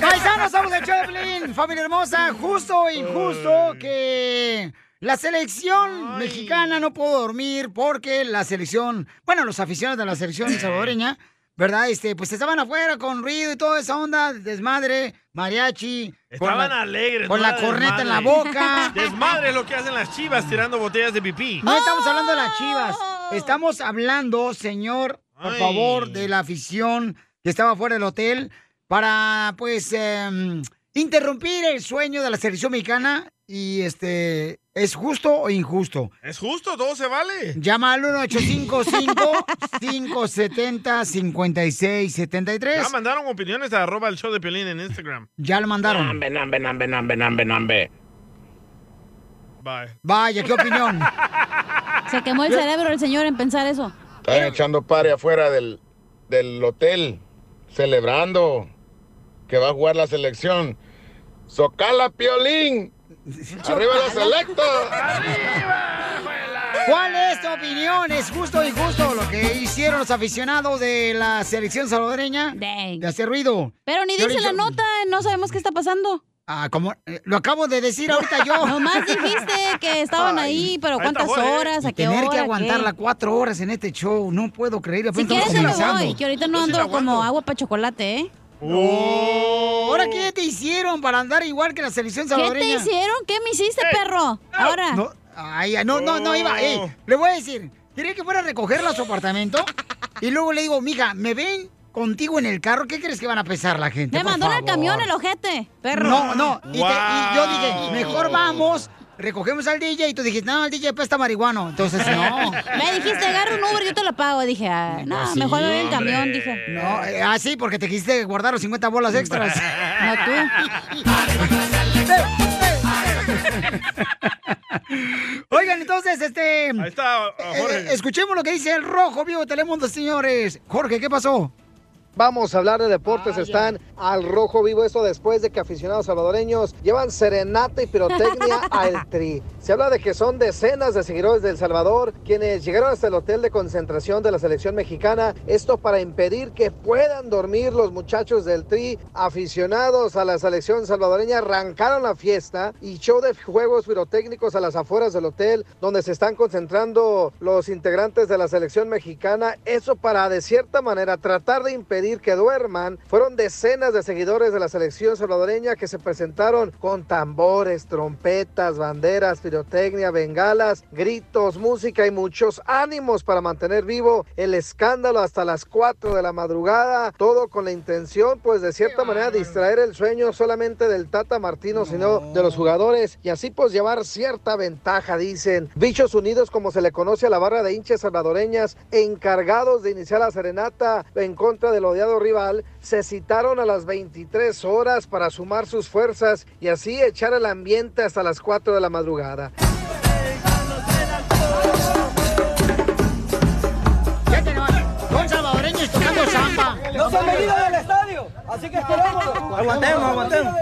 Paisanos, somos de Chaplin, familia hermosa, justo o injusto que la selección mexicana no pudo dormir porque la selección, bueno, los aficionados de la selección salvadoreña, ¿verdad? Este, pues estaban afuera con ruido y toda esa onda, desmadre, mariachi. con Estaban la- alegres. Con no la era corneta en la desmadre. boca. Desmadre es lo que hacen las chivas tirando botellas de pipí. No estamos hablando de las chivas. Estamos hablando, señor, por Ah. Ay. favor, de la afición que estaba fuera del hotel para, pues, em, interrumpir el sueño de la selección mexicana. Y este, ¿es justo o injusto? Es justo, todo se vale. Llama al 1-855-570-5673. Ya mandaron opiniones a arroba el show de Piolín en Instagram. Ya lo mandaron. Nambe, nambe, nambe, nambe, nambe, nambe. Bye. Vaya, ¿qué opinión? Se quemó el cerebro el señor en pensar eso. Están echando pare afuera del, del hotel, celebrando que va a jugar la selección. ¡Socala, Piolín! ¡Arriba la selecta! ¿Cuál es tu opinión? ¿Es justo o injusto lo que hicieron los aficionados de la selección salvadoreña? Dang. De hacer ruido. Pero ni dice la Yo- nota, no sabemos qué está pasando. Ah, como eh, lo acabo de decir ahorita yo. Nomás dijiste que estaban ahí, pero Ahí ¿cuántas está, joder. horas? ¿eh? Y ¿A qué tener hora? que aguantarla ¿Qué? cuatro horas en este show, no puedo creer. Si apenas quieres se estamos me voy, comenzando. que ahorita no Yo sí la ando como aguanto. agua para chocolate, ¿eh? Oh, ¿Ahora qué te hicieron para andar igual que la selección ¿Qué salvadoreña? te hicieron? ¿Qué me hiciste, perro? Ahora. No, ay, ay, no, no, no iba. Ey, le voy a decir, quería que fuera a recogerla a su apartamento y luego le digo, mija, ¿me ven contigo en el carro? ¿Qué crees que van a pesar la gente? Te Por mandó en el favor. camión el ojete, perro. No, no. Y, te- y yo dije, Wow. mejor vamos, recogemos al DJ. Y tú dijiste, no, el DJ está marihuano. Entonces, no. Me dijiste, agarra un Uber, yo te lo pago. Dije, ah, no, Pues sí, mejor me voy en hombre. camión, dije. No, eh, ah, sí, porque te quisiste guardar los 50 bolas extras. No tú. Oigan, entonces, este. Ahí está, eh, Jorge. eh, escuchemos lo que dice el rojo vivo de Telemundo, señores. Jorge, ¿qué pasó? Vamos a hablar de deportes. Vaya. Están al rojo vivo esto después de que aficionados salvadoreños llevan serenata y pirotecnia al tri. Se habla de que son decenas de seguidores del Salvador quienes llegaron hasta el hotel de concentración de la selección mexicana. Esto para impedir que puedan dormir los muchachos del tri. Aficionados a la selección salvadoreña arrancaron la fiesta y show de juegos pirotécnicos a las afueras del hotel donde se están concentrando los integrantes de la selección mexicana. Eso para de cierta manera tratar de impedir que duerman. Fueron decenas de seguidores de la selección salvadoreña que se presentaron con tambores, trompetas, banderas, pirotecnia, bengalas, gritos, música y muchos ánimos para mantener vivo el escándalo hasta las 4 de la madrugada. Todo con la intención, pues de cierta manera, distraer el sueño solamente del Tata Martino, sino de los jugadores y así pues llevar cierta ventaja, dicen. Bichos Unidos, como se le conoce a la barra de hinchas salvadoreñas, encargados de iniciar la serenata en contra del odiado rival, se citaron a las 23 horas para sumar sus fuerzas y así echar el ambiente hasta las 4 de la madrugada. Ya tenemos. Son salvadoreños tocando samba. No se han venido del estadio, así que esperemos. Aguantemos, aguantemos.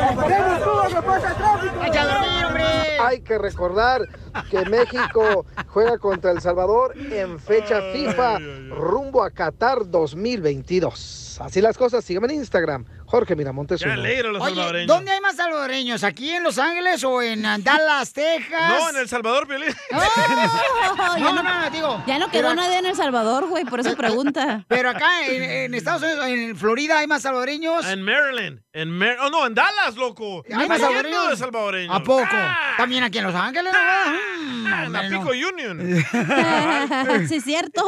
Aguantemos, tú, que pasa tráfico. Echa a dormir, hombre. Hay que recordar que México juega contra El Salvador en fecha FIFA rumbo a Qatar 2022. Así las cosas, sígueme en Instagram, Jorge Miramontes. uno. Oye, ¿dónde hay más salvadoreños? ¿Aquí en Los Ángeles o en Dallas, Texas? No, en El Salvador, Piolín. Oh, No, no, no, digo, Ya no pero quedó ac- nadie en El Salvador, güey, por eso pregunta. Pero acá en, en Estados Unidos, en Florida, hay más salvadoreños. En Maryland. En Mar- oh, no, en Dallas, loco. ¿Hay más Lleno salvadoreños? de salvadoreños. ¿A poco? Ah. También aquí en Los Ángeles, Mm. ¿no? En la Pico Union. sí, es cierto.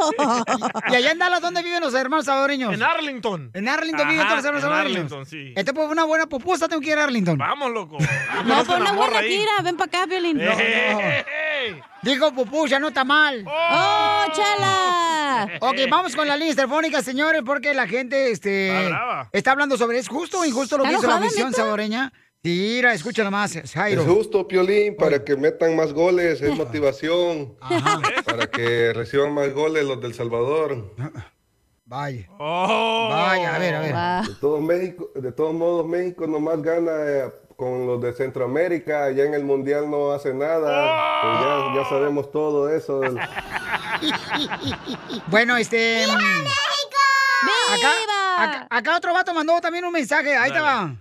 ¿Y allá en Dallas dónde viven los hermanos salvadoreños? En Arlington. En Arlington Ajá, viven todos los hermanos en salvadoreños. Arlington, sí. Este pues una buena popusa, tengo que ir a Arlington. Vamos, loco. No, Conozco por una morra buena ahí. tira, ven para acá, Violín. Eh, eh, eh, eh. Digo pupusa, no está mal. ¡Oh, chala! Ok, vamos con las líneas telefónicas, señores, porque la gente este, Está brava. está hablando sobre es justo o injusto lo que ¿Está hizo la enojada, afición neta? salvadoreña. Tira, escucha nomás, Es Jairo. justo, Piolín, para que metan más goles, es motivación. Para que reciban más goles los del Salvador. Vaya, Oh. vaya, a ver, a ver. Ah, De todo México, de todos modos, México nomás gana eh, con los de Centroamérica, ya en el Mundial no hace nada. Pues ya- ya, sabemos todo eso. del- Bueno, este. mm, Acá, ¡Viva! acá, acá otro vato mandó también un mensaje. Ahí te va.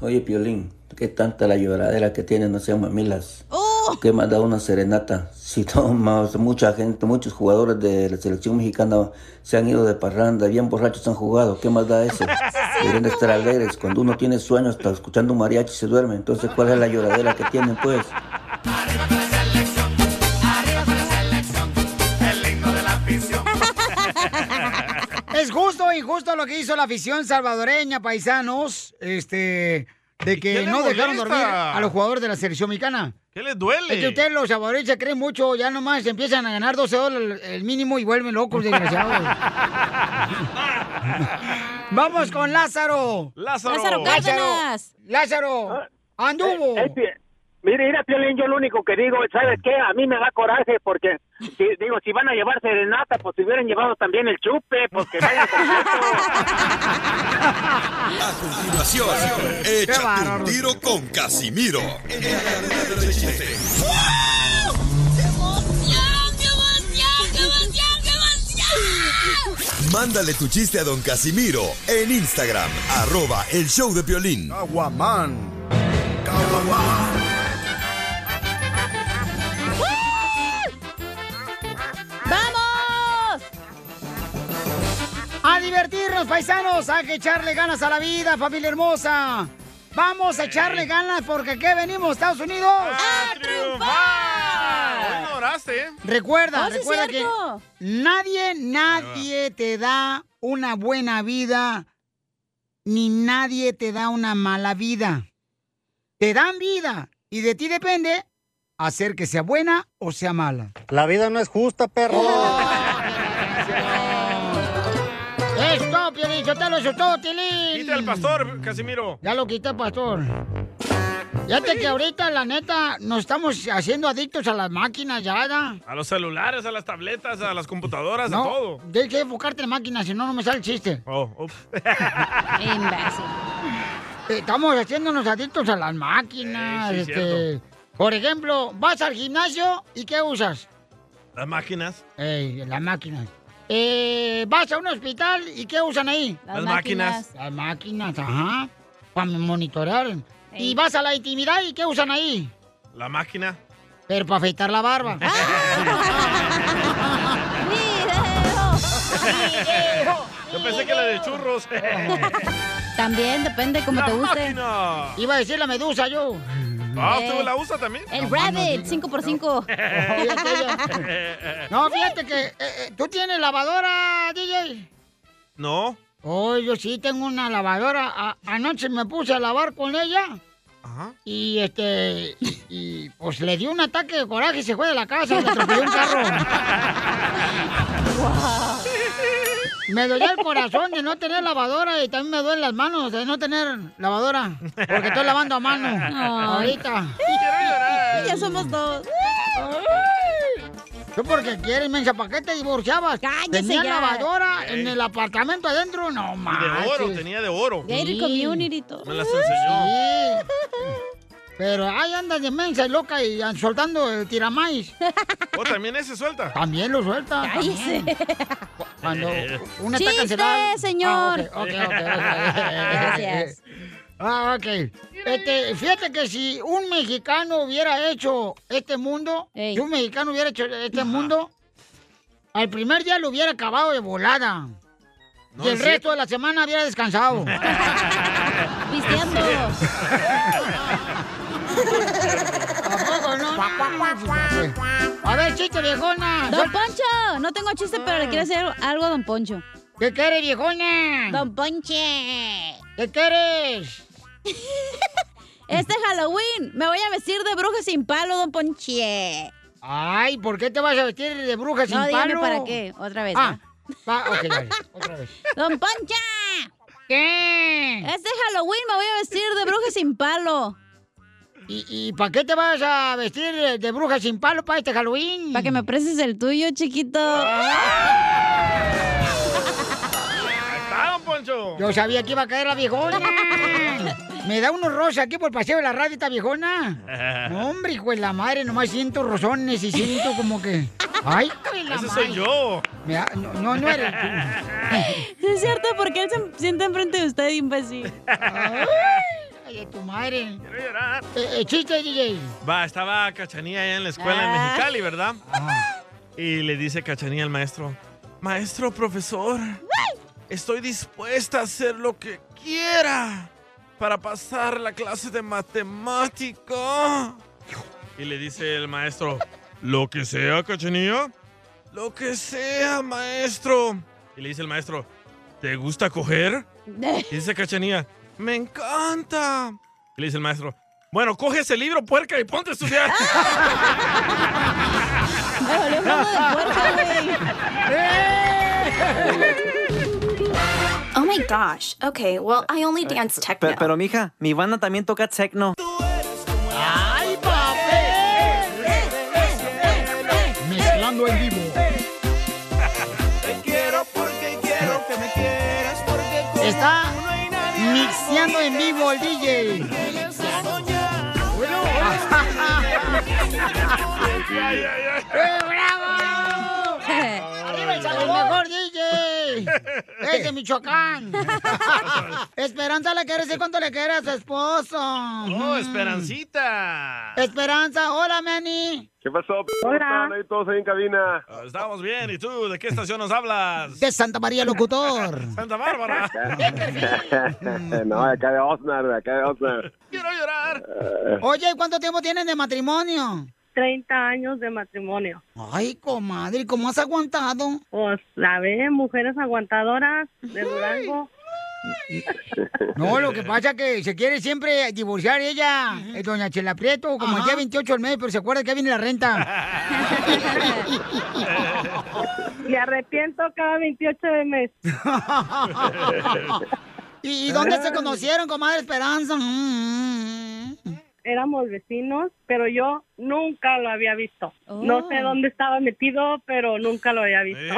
Oye, Piolín, qué tanta la lloradera que tienen, no sean mamilas. ¡Oh! ¿Qué más da una serenata? Si tomas mucha gente, muchos jugadores de la selección mexicana se han ido de parranda, bien borrachos han jugado, ¿qué más da eso? Deberían de estar alegres, cuando uno tiene sueño hasta escuchando un mariachi se duerme, entonces ¿cuál es la lloradera que tienen pues? Es justo e injusto lo que hizo la afición salvadoreña, paisanos. Este. De qué que le no dejaron molesta? dormir a los jugadores de la selección mexicana. ¿Qué les duele? Es que ustedes los salvadoreños se creen mucho, ya nomás empiezan a ganar 12 dólares el mínimo y vuelven locos, desgraciados. Vamos con Lázaro. Lázaro. Lázaro Cárdenas. Lázaro, anduvo. Eh, eh, Mire, mira, Piolín, yo lo único que digo, ¿sabes qué? A mí me da coraje porque, si- digo, si van a llevar serenata, pues si hubieran llevado también el chupe, pues que vayan completo. A continuación, échate un tiro con Casimiro. En la cadena de chiste. Mándale tu chiste a don Casimiro en Instagram, arroba el show de Piolín. Aguamán. ¡Vamos! A divertirnos, paisanos, hay que echarle ganas a la vida, familia hermosa. Vamos a echarle ganas porque aquí venimos, Estados Unidos. ¡A triunfar! Hoy no oraste, ¿eh? Recuerda, Oh, sí, recuerda que cierto. nadie, nadie te da una buena vida, ni nadie te da una mala vida. Te dan vida y de ti depende hacer que sea buena o sea mala. Oh, La vida no es justa, perro. Esto, Piolín, yo te lo soltó, Tilín. Quita al pastor, Casimiro. Ya lo quité, pastor. Fíjate que ahorita, la neta, nos estamos haciendo adictos a las máquinas, ya, ¿da? A los celulares, a las tabletas, a las computadoras, No, a todo. Tienes que enfocarte en máquinas, si no, no me sale el chiste. Oh, ups. Imbécil. Eh, Estamos haciéndonos adictos a las máquinas. Eh, sí, este, por ejemplo, vas al gimnasio y ¿qué usas? Las máquinas. Eh, las máquinas. Eh, vas a un hospital y ¿qué usan ahí? Las Las máquinas. máquinas. Las máquinas, ajá. Para monitorear. Y vas a la intimidad y ¿qué usan ahí? La máquina. Pero para afeitar la barba. Yo pensé que la de churros. También depende cómo la te guste. máquina. Iba a decir la medusa yo. Eh, Ah, ¿usted la usa también? El rabbit, 5x5. Fíjate yo. No, fíjate que eh, eh, tú tienes lavadora, DJ. No. Oh, yo sí tengo una lavadora. A- anoche me puse a lavar con ella. Ajá. Y este. Y, y, pues le dio un ataque de coraje y se fue de la casa. Le atropelló un carro. Me dolía el corazón de no tener lavadora y también me duelen las manos de no tener lavadora. Porque estoy lavando a mano. Ay. Ahorita. ya somos dos. Yo porque quieres, mensa, ¿para qué te divorciabas? Cállese Tenía ya. lavadora en el apartamento adentro, no Y más. de oro, tenía de oro. Gated Sí. community y todo. Me las enseñó. Pero ahí andas de mensa y loca y soltando el tiramais. ¿O Oh, también ese suelta? También lo suelta. Cállese. también. Cuando Eh. una está ¡Chiste, cancelada. señor! Ah, ok, ok, ok, ok. Gracias. Ah, ok. Este, fíjate que si un mexicano hubiera hecho este mundo, si un mexicano hubiera hecho este mundo, al primer día lo hubiera acabado de volada. No y el es resto de la semana hubiera descansado. Vistiendo. Tampoco, no, no. A ver, chiste, viejona. Don Poncho, no tengo chiste, pero le quiero hacer algo a Don Poncho. ¿Qué quiere, viejona? Don Ponche. ¿Qué quieres? Este Halloween me voy a vestir de bruja sin palo, Don Ponche. Ay, ¿por qué te vas a vestir de bruja sin No, dígame palo? para qué, otra vez, Ah, ¿va? va, ok, dale, otra vez. Don Poncha. ¿Qué? Este Halloween me voy a vestir de bruja sin palo. ¿Y, para qué te vas a vestir de, bruja sin palo para este Halloween? Para que me prestes el tuyo, chiquito. ¡Está, don Poncho! Yo sabía que iba a caer la viejona. Me da unos rosas aquí por el paseo de la radio esta viejona. No, hombre, hijo de la madre, nomás siento rosones y siento como que. ¡Ay, hijo de la Ese madre! soy yo. Me da- No, no, no eres tú. Sí, es cierto, porque él se sienta enfrente de usted, imbécil. Ay, de tu madre. Quiero llorar. Eh, eh, chiste, DJ. Va, estaba Cachanía allá en la escuela en Ah. Mexicali, ¿verdad? Y le dice Cachanía al maestro, maestro, profesor, estoy dispuesta a hacer lo que quiera para pasar la clase de matemática. Y le dice el maestro, lo que sea, Cachanía, lo que sea, maestro. Y le dice el maestro, ¿te gusta coger? eh. Y dice Cachanía, me encanta. Y le dice el maestro, bueno, coge ese libro, puerca, y ponte a estudiar. Me dolió un poco de puerco, Oh my gosh. Okay, well, I only dance techno. Pe- pero mija, mi banda también toca techno. ¡Ay, papel! Mezclando en vivo. Te quiero porque quiero que me quieras porque Está mixeando en vivo el DJ. ¡Bravo! ¡Arriba El Salvador, mejor DJ! ¡Es de Michoacán! Esperanza le quiere decir cuánto le quiere a su esposo. ¡Oh, ¡Oh, Esperancita! Esperanza, hola, Manny. ¿Qué pasó? p-? Hola. ¿Cómo están ahí todos ahí en cabina? Ah, Estamos bien, ¿y tú? ¿De qué estación nos hablas? De Santa María Locutor. ¡Santa Bárbara! no, de acá de Osnar, de acá de Osnar. Eh. ¡Quiero llorar! Oye, ¿y ¿cuánto tiempo tienen de matrimonio? 30 años de este matrimonio. Ay, comadre, ¿y ¿cómo has aguantado? Pues, la ve, mujeres aguantadoras de Durango. No, lo que pasa es que se quiere siempre divorciar ella, eh, doña Chela Prieto, como el día 28 del mes, pero se acuerda que viene la renta. Me arrepiento cada 28 de mes. ¿Y, y dónde se conocieron, comadre Esperanza? Mm. Éramos vecinos, pero yo nunca lo había visto. Oh. No sé dónde estaba metido, pero nunca lo había visto.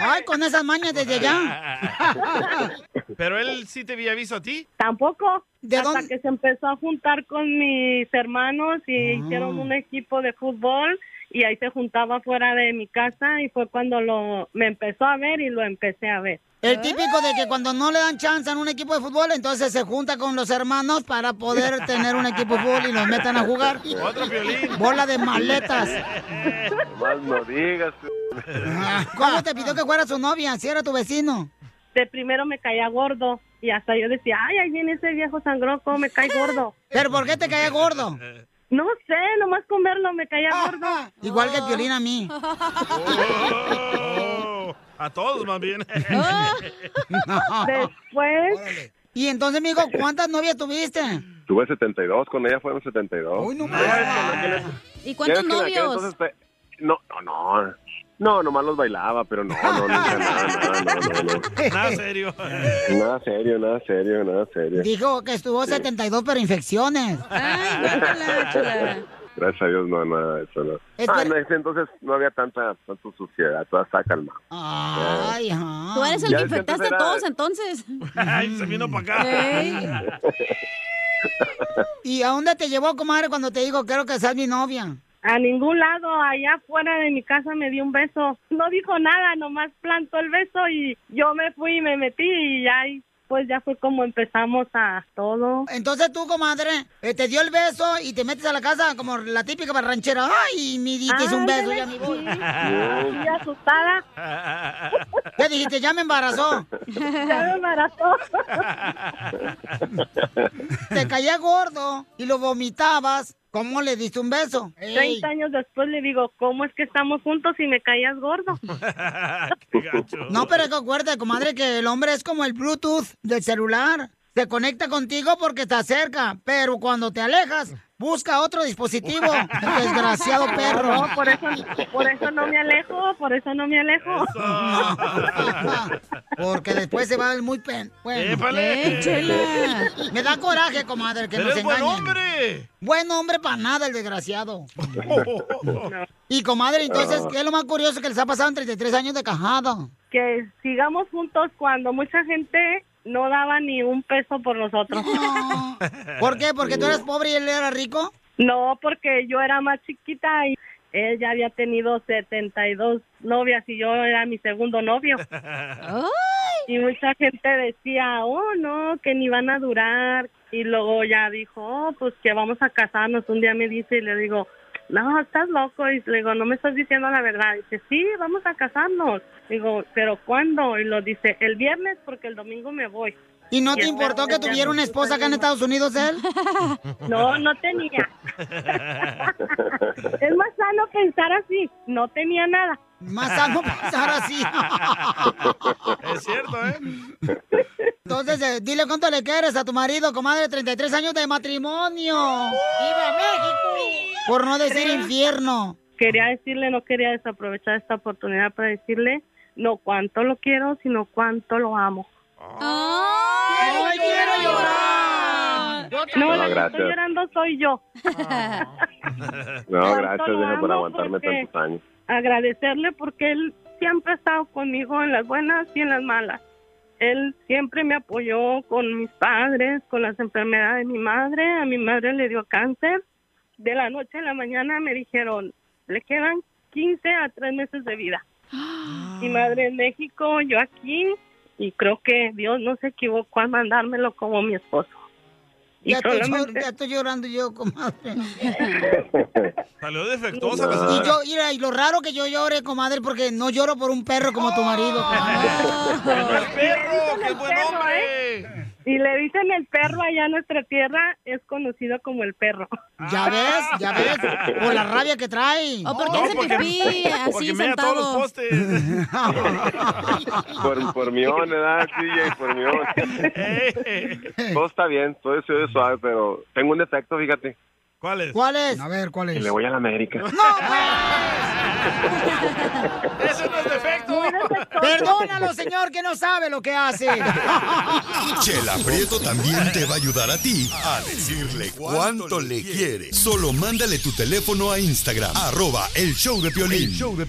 Ay, con esas mañas desde allá. ¿Pero él sí te había visto a ti? Tampoco. hasta que se empezó a juntar con mis hermanos Ah. y hicieron un equipo de fútbol y ahí se juntaba fuera de mi casa y fue cuando lo me empezó a ver y lo empecé a ver. El típico de que cuando no le dan chance en un equipo de fútbol, entonces se junta con los hermanos para poder tener un equipo de fútbol y los metan a jugar. Otro violín. Bola de maletas. Más no digas. ¿Cómo te pidió que fuera su novia? Si era tu vecino. De primero me caía gordo y hasta yo decía, ay, ahí viene ese viejo sangrón, cómo me cae gordo. ¿Pero por qué te caía gordo? No sé, nomás con verlo me caía gordo. Igual que el violín a mí. Oh, a todos más bien. Oh. Después. Y entonces, me dijo, ¿cuántas novias tuviste? Tuve 72, con ella fueron 72. Uy, no ¿Y Ya ves que en aquel entonces fue- No, no, no. No, nomás los bailaba, pero no, no, nunca, nada, nada, no, no, no. Nada serio. Nada serio, nada serio, nada serio. Dijo que estuvo 72 pero infecciones. Gracias a Dios, no, nada de eso, no. Espera. Ah, en ese entonces no había tanta, tanta suciedad, toda está calmada. Ay, ajá. Tú eres el Ya que ves que antes infectaste a era- todos entonces. Ay, se vino para acá. Ey. ¿Y a dónde te llevó, comadre, cuando te digo quiero que seas mi novia? A ningún lado, allá afuera de mi casa me dio un beso. No dijo nada, nomás plantó el beso y yo me fui y me metí y ya, y pues ya fue como empezamos a todo. Entonces tú, comadre, eh, te dio el beso y te metes a la casa como la típica ranchera. Ay, mi Eh. di, te hice un beso, ya me voy. Estoy asustada. ¿Qué dijiste? Ya me embarazó. Ya me embarazó. Te caía gordo y lo vomitabas. ¿Cómo le diste un beso? Ey. 30 años después le digo, ¿cómo es que estamos juntos y me caías gordo? No, pero es que acuérdate, comadre, que el hombre es como el Bluetooth del celular. Se conecta contigo porque está cerca, pero cuando te alejas, busca otro dispositivo. Desgraciado perro. No, por eso, por eso no me alejo, por eso no me alejo. Porque después se va el muy pen. Bueno, ¡Épale! Eh, chela. Me da coraje, comadre, que Pero nos es buen engañen. hombre! Buen hombre para nada, el desgraciado. Y comadre, entonces, ¿qué es lo más curioso que les ha pasado en 33 años de cajada? Que sigamos juntos cuando mucha gente no daba ni un peso por nosotros. ¿Por qué? ¿Porque tú eras pobre y él era rico? No, porque yo era más chiquita y él ya había tenido 72 novias y yo era mi segundo novio. Y mucha gente decía, oh, no, que ni van a durar. Y luego ya dijo, oh, pues que vamos a casarnos. Un día me dice y le digo, no, estás loco. Y le digo, no me estás diciendo la verdad. dice, sí, vamos a casarnos. Digo, pero ¿cuándo? Y lo dice, el viernes porque el domingo me voy. ¿Y no te importó que tuviera una esposa acá en Estados Unidos él? No, no tenía. Es más sano pensar así. No tenía nada. Más sano pensar así. Es cierto, ¿eh? Entonces, eh, dile cuánto le quieres a tu marido, comadre, 33 años de matrimonio. ¡Viva México! Por no decir infierno. Quería decirle, no quería desaprovechar esta oportunidad para decirle no cuánto lo quiero, sino cuánto lo amo. ¡Ay, quiero llorar! No, No, la que gracias. estoy llorando soy yo. No, Tanto gracias, lo viejo, por amo aguantarme porque- tantos años. Agradecerle porque él siempre ha estado conmigo en las buenas y en las malas. Él siempre me apoyó con mis padres, con las enfermedades de mi madre. A mi madre le dio cáncer. De la noche a la mañana me dijeron, le quedan 15 a 3 meses de vida. Mi madre en México, yo aquí, y creo que Dios no se equivocó al mandármelo como mi esposo. Y Ya estoy, solamente- llor- ya estoy llorando yo, comadre. Salió defectuosa la Y señora. yo, mira, y lo raro que yo llore, comadre, porque no lloro por un perro como tu marido. comadre. perro, qué buen hombre. Y le dicen el perro allá en nuestra tierra, es conocido como el perro. Ya ves, ya ves, por la rabia que trae. O porque Ah. No, hace porque- pipí así porque mea todos los sentado. Por, por mi on, ¿verdad? DJ, por mi on. Todo está bien, todo es soy suave, pero tengo un defecto, fíjate. ¿Cuál es? ¿Cuál es? A ver, ¿cuál Que le voy a la América. ¡Eso no es defecto! Perdónalo, señor, que no sabe lo que hace. Chela Prieto también te va a ayudar a ti a decirle cuánto le quiere. Solo mándale tu teléfono a Instagram, arroba el show de Piolín. El show de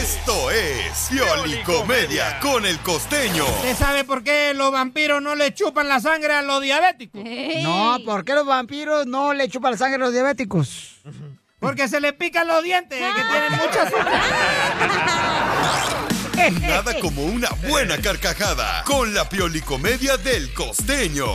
Esto es Piolicomedia con el costeño. ¿Usted sabe por qué los vampiros no le chupan la sangre a los diabéticos? No, ¿por qué los vampiros no le chupan la sangre a los diabéticos? Porque se le pican los dientes, que Ah. tienen mucha Nada como una buena carcajada con la Piolicomedia del costeño.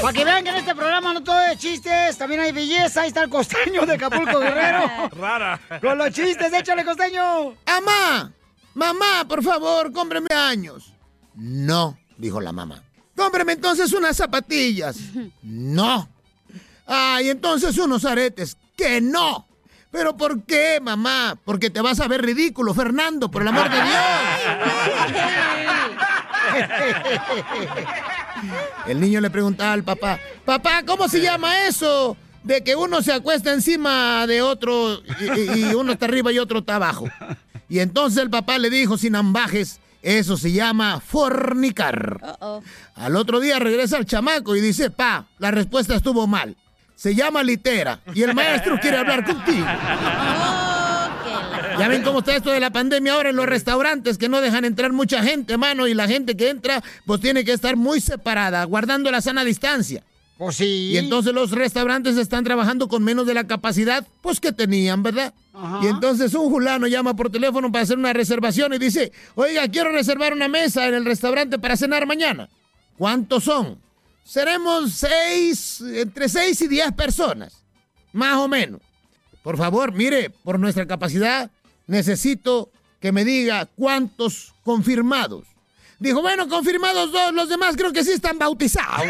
Para que vean que en este programa no todo es chistes, también hay belleza. Ahí está el costeño de Acapulco Guerrero. Rara. Con los chistes, échale costeño. ¡Amá! ¡Mamá, por favor, cómprame años! No, dijo la mamá. Cómprame entonces unas zapatillas. No. Ay, entonces unos aretes. Que no. ¿Pero por qué, mamá? Porque te vas a ver ridículo, Fernando, por el amor de Dios. El niño le preguntaba al papá, papá, ¿cómo se llama eso? De que uno se acuesta encima de otro y, y- y uno está arriba y otro está abajo. Y entonces el papá le dijo sin ambajes, eso se llama fornicar. Al otro día regresa el chamaco y dice, pa, la respuesta estuvo mal. Se llama litera y el maestro quiere hablar contigo. Ya ven cómo está esto de la pandemia ahora en los restaurantes que no dejan entrar mucha gente, mano, y la gente que entra pues tiene que estar muy separada, guardando la sana distancia. Pues sí. Y entonces los restaurantes están trabajando con menos de la capacidad pues que tenían, ¿verdad? Y entonces un fulano llama por teléfono para hacer una reservación y dice, oiga, quiero reservar una mesa en el restaurante para cenar mañana. ¿Cuántos son? Seremos seis, entre seis y diez personas, más o menos. Por favor, mire, por nuestra capacidad, necesito que me diga cuántos confirmados. Dijo, bueno, confirmados dos, los demás creo que sí están bautizados.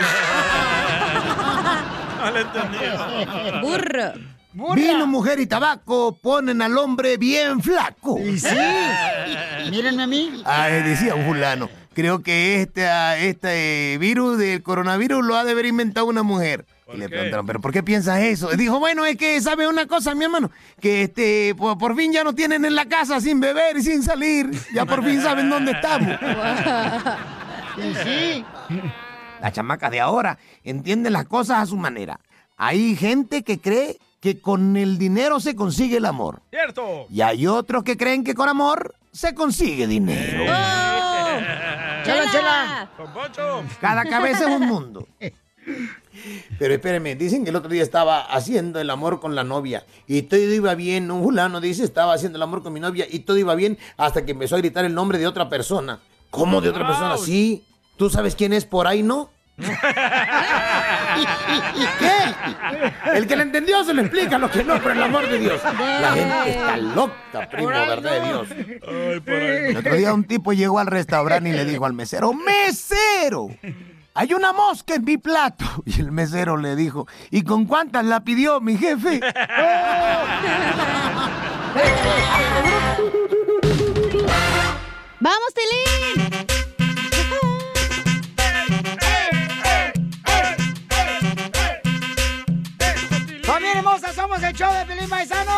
No le entendí. Burro. Vino, mujer y tabaco ponen al hombre bien flaco. Y sí. Mírenme a mí. Ay, decía un fulano. Creo que esta, este virus del coronavirus lo ha de haber inventado una mujer. Y le preguntaron, ¿pero por qué piensas eso? Y Dijo, bueno, es que sabe una cosa, mi hermano, que este, por, por fin ya nos tienen en la casa sin beber y sin salir. Ya por fin saben dónde estamos. Y sí. Las chamacas de ahora entienden las cosas a su manera. Hay gente que cree que con el dinero se consigue el amor. ¡Cierto! Y hay otros que creen que con amor se consigue dinero. Chela, Ah. chela. Cada cabeza es un mundo. Pero espérenme, dicen que el otro día estaba haciendo el amor con la novia y todo iba bien. Un fulano dice, estaba haciendo el amor con mi novia y todo iba bien hasta que empezó a gritar el nombre de otra persona. ¿Cómo de otra persona? Sí. ¿Tú sabes quién es por ahí, no? ¿Qué? El que le entendió se le explica, lo que no, por el amor de Dios. La gente está loca, primo, verdad de Dios. El otro día un tipo llegó al restaurante y le dijo al mesero, ¡Mesero! Hay una mosca en mi plato. Y el mesero le dijo, ¿y con cuántas la pidió mi jefe? ¡Vamos, Tilín! ¡Familia hermosa! ¡Somos el show de Pelín Paisano!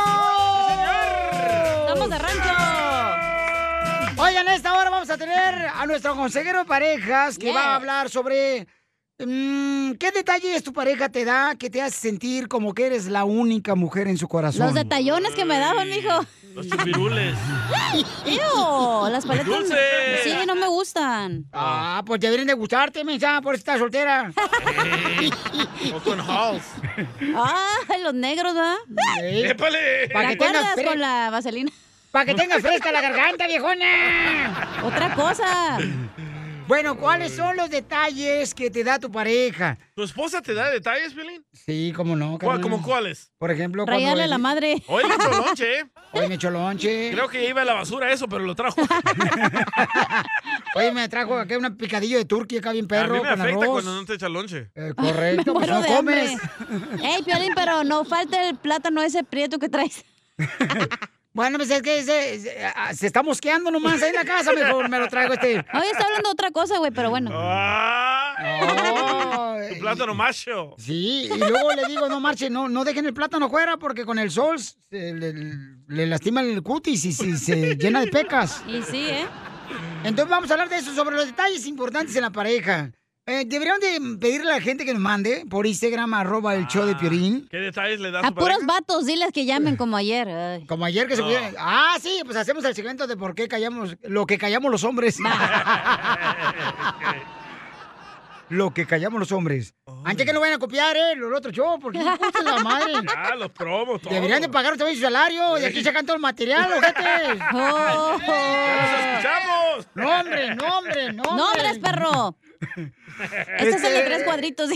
¡Estamos de rancho! Oigan, a esta hora vamos a tener a nuestro consejero de parejas que Yeah. va a hablar sobre mm, qué detalles tu pareja te da que te hace sentir como que eres la única mujer en su corazón. Los detallones que me daban, mijo. Los chupirules. Ew, las paletas. Dulce. Sí, no me gustan. Ah, pues deberían de gustarte, mensa, por eso estás soltera. O con Halls. Ah, los negros, ¿verdad? ¡Épale! ¿Te acuerdas con la vaselina? Para que tengas fresca la garganta, viejona. Otra cosa. Bueno, ¿cuáles son los detalles que te da tu pareja? ¿Tu esposa te da detalles, Pelín? Sí, cómo no. ¿Cuál- carnal. ¿Cómo cuáles? Por ejemplo, cuando Rayarle él- la madre. Hoy me echó lonche, ¿eh? Hoy me echó lonche. Creo que iba a la basura eso, pero lo trajo. Oye, me trajo acá un picadillo de turquía acá bien perro a mí me con afecta arroz. cuando no te echa lonche. Eh, correcto, pues Muero no de comes. hambre. Ey, Piolín, pero no falta el plátano ese prieto que traes. Bueno, pues es que ese- ese- ah, se, está mosqueando nomás ahí en la casa, mejor me lo traigo este. Hoy está hablando otra cosa, güey, pero bueno. Tu plátano macho. Sí, y luego le digo, no marche, no, no dejen el plátano fuera porque con el sol se le, le lastima el cutis y se, se llena de pecas. Y sí, ¿eh? Entonces vamos a hablar de eso, sobre los detalles importantes en la pareja. Eh, deberían de pedirle a la gente que nos mande por Instagram, arroba el Ah. show de Piorín. ¿Qué detalles le das a A tu pareja? puros vatos, diles que llamen como ayer. Ay. Como ayer que se No. pudieron- Ah, sí, pues hacemos el segmento de por qué callamos, lo que callamos los hombres. Ah. lo que callamos los hombres. Antes que no vayan a copiar, ¿eh? Los otros yo, porque no escuchan la madre. Ya, Ah, los promos, todo. Deberían de pagar también su salario. De aquí sacan todo el material, ojete. Oh. escuchamos! No, hombre, no, hombre, no. hombre. ¡Nombres, perro! Este es el de tres cuadritos.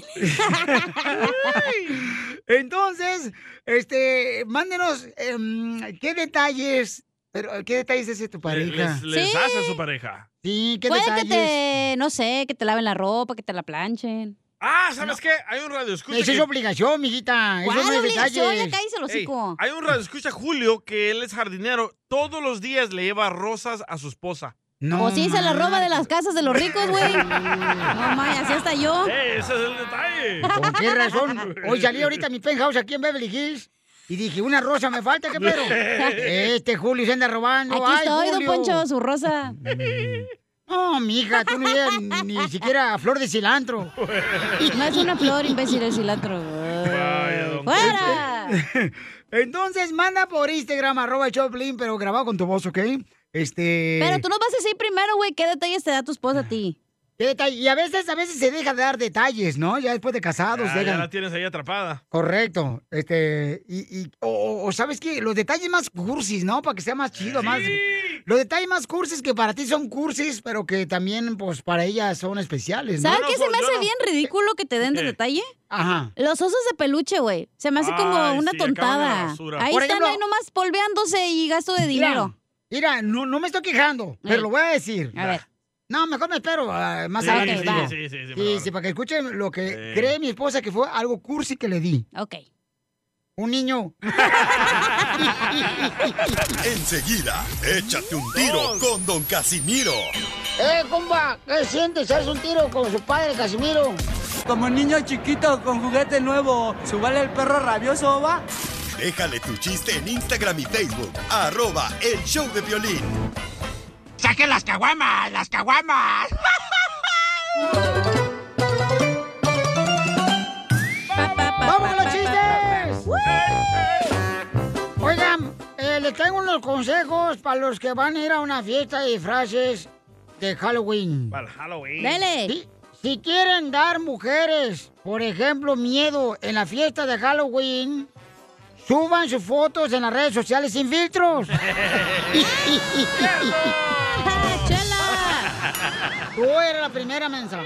Entonces, este, mándenos em, qué detalles, pero qué detalles hace tu Le- pareja. Les, les hace a su pareja. Sí, qué Puede que detalles. te, no sé, que te laven la ropa, que te la planchen. Ah, ¿sabes qué? Hay un radio escucha. Esa es obligación, mijita. Eso ¿Cuál no es obligación? detalles. Ya cállese el hocico. hay un radio escucha Julio que él es jardinero. Todos los días le lleva rosas a su esposa. o sí, se la roba de las casas de los ricos, güey. No, man, así hasta yo. ¡Eh, ese es el detalle! ¿Con qué razón? Hoy salí ahorita a mi penthouse aquí en Beverly Hills y dije, una rosa me falta, ¿qué pedo? Este Julio se anda robando. Aquí Ay, estoy, don Julio. Poncho, su rosa. No, mija, tú no llegas ni, ni siquiera a flor de cilantro. No es una flor, imbécil, el cilantro. Ay, don ¡Fuera! Entonces, manda por Instagram, arroba Choplin, pero grabado con tu voz, ¿ok? Este. Pero tú nos vas a decir primero, güey, qué detalles te da tu esposa a ti. ¿Qué detalle? Y a veces, a veces se deja de dar detalles, ¿no? Ya después de casados. Ah, Ya, ya dejan- la tienes ahí atrapada. Correcto. Este, y, y- o- o, o sabes qué, los detalles más cursis, ¿no? Para que sea más chido, más. Los detalles más cursis que para ti son cursis, pero que también, pues, para ella son especiales, ¿no? Ah, ¿Sabes qué se me hace bien ridículo que te den de ¿Qué? detalle? Ajá. Los osos de peluche, güey. Se me hace como Ay, una sí, acaban en la tontada. basura. Ahí Por están, ejemplo- ahí nomás polveándose y gasto de dinero. Mira, mira, no, no me estoy quejando, pero lo voy a decir. A ver. No, mejor me espero ah, más Sí, adelante. les sí, digo. sí, sí, sí, sí, mejor. sí, para que escuchen lo que Sí. cree mi esposa que fue algo cursi que le di. Ok. Un niño. Enseguida, échate un tiro con Don Casimiro. ¡Eh, compa! ¿Qué sientes? ¿Haces un tiro con su padre, Casimiro? Como niño chiquito con juguete nuevo, ¿subale el perro rabioso va? Déjale tu chiste en Instagram y Facebook, arroba el show de violín. ¡Saquen las caguamas! ¡Las caguamas! ¡Vamos con los chistes! Oigan, eh, les traigo unos consejos para los que van a ir a una fiesta de disfraces de Halloween. Para el Halloween. Si, si quieren dar mujeres, por ejemplo, miedo en la fiesta de Halloween, suban sus fotos en las redes sociales sin filtros. ¡Chela! Tú eres la primera mensa.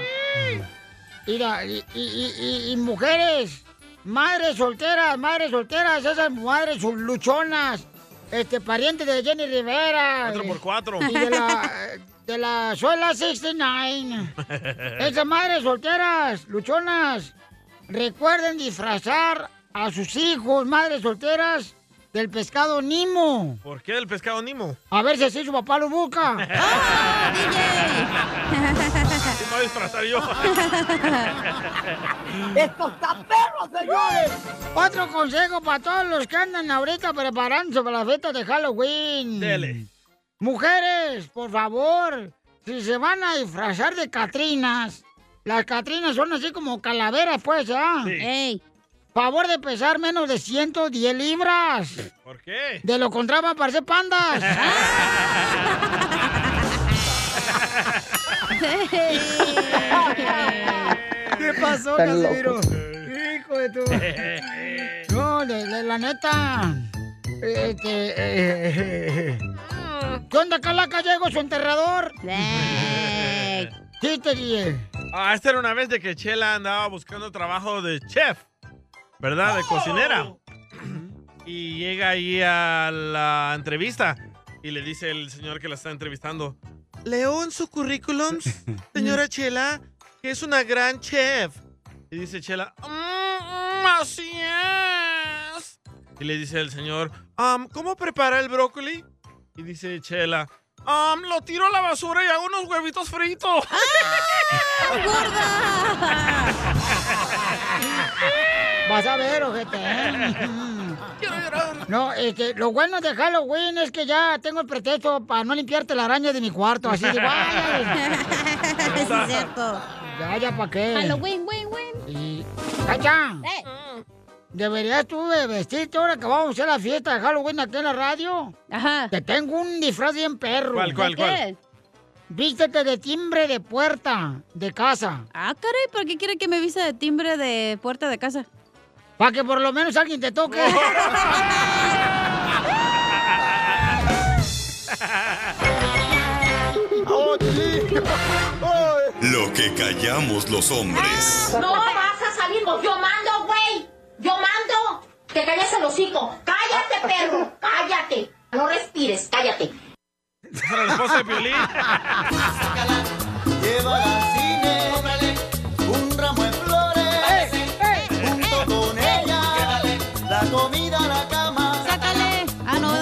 Mira, y, y- y- y- y mujeres, madres solteras, madres solteras, esas madres son luchonas, este, parientes de Jenny Rivera. Cuatro por cuatro. Y de la, de la Suela 69. Esas madres solteras, luchonas, recuerden disfrazar a sus hijos, madres solteras, del pescado Nimo. ¿Por qué el pescado Nimo? A ver si así su papá lo busca. ¿Qué me voy a disfrazar yo? ¡Esto está perro, señores! Otro consejo para todos los que andan ahorita preparándose para la fiesta de Halloween. Dele. Mujeres, por favor, si se van a disfrazar de Catrinas, las Catrinas son así como calaveras, pues, ¿ah? Ey, Favor de pesar menos de 110 libras. ¿Por qué? De lo contrario, van a parecer pandas. ¿Qué pasó, Están Casimiro? locos. Hijo de tu. No, de, de la neta. Este. eh, ¿Qué onda, Calaca? Llego su enterrador. Sí, te dije. Ah, esta era una vez de que Chela andaba buscando trabajo de chef, ¿verdad? Oh. De cocinera. Y llega ahí a la entrevista y le dice el señor que la está entrevistando. Leo en su currículum, señora Chela, que es una gran chef. Y dice Chela, "Mm, mm, así es. Y le dice el señor, "Am, ¿cómo prepara el brócoli? Y dice Chela, "Am, lo tiro a la basura y hago unos huevitos fritos. Ah, Vas a ver, ojete. ¿eh? No, este, lo bueno de Halloween es que ya tengo el pretexto para no limpiarte la araña de mi cuarto. Así de vaya. Sí, es cierto. Ya, ya, ¿para qué? Halloween, Eh. win, win. Eh. Y... ¡Cacha! ¿Deberías tú de vestirte ahora que vamos a hacer la fiesta de Halloween aquí en la radio? Ajá. Te tengo un disfraz bien perro. ¿Cuál, cuál, ¿De cuál? qué? Vístete de timbre de puerta de casa. Ah, caray, ¿por qué quiere que me vista de timbre de puerta de casa? Para que por lo menos alguien te toque. Lo que callamos los hombres. No vas a salir, vos. yo mando, güey. Yo mando. Te calles el hocico. Cállate, perro. Cállate. No respires, cállate. Para la esposa de Piolín. un ramo de flores. Junto con ella, la comida a la cama. Sácale. Ah, no.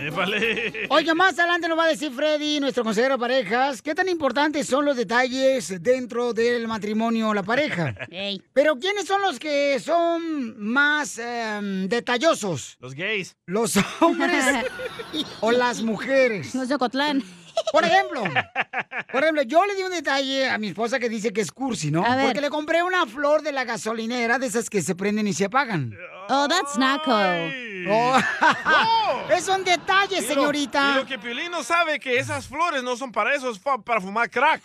Épale. Oye, más adelante nos va a decir Freddy, nuestro consejero de parejas, qué tan importantes son los detalles dentro del matrimonio o la pareja. Pero ¿quiénes son los que son más em, detallosos? Los gays. ¿Los hombres o las mujeres? Los de Ocotlán. Por ejemplo, por ejemplo, yo le di un detalle a mi esposa que dice que es cursi, ¿no? A ver. Porque le compré una flor de la gasolinera de esas que se prenden y se apagan. Oh, that's not cool. Oh. es un detalle, Mira, señorita. mira que Piolín no sabe que esas flores no son para eso, es fa- para fumar crack.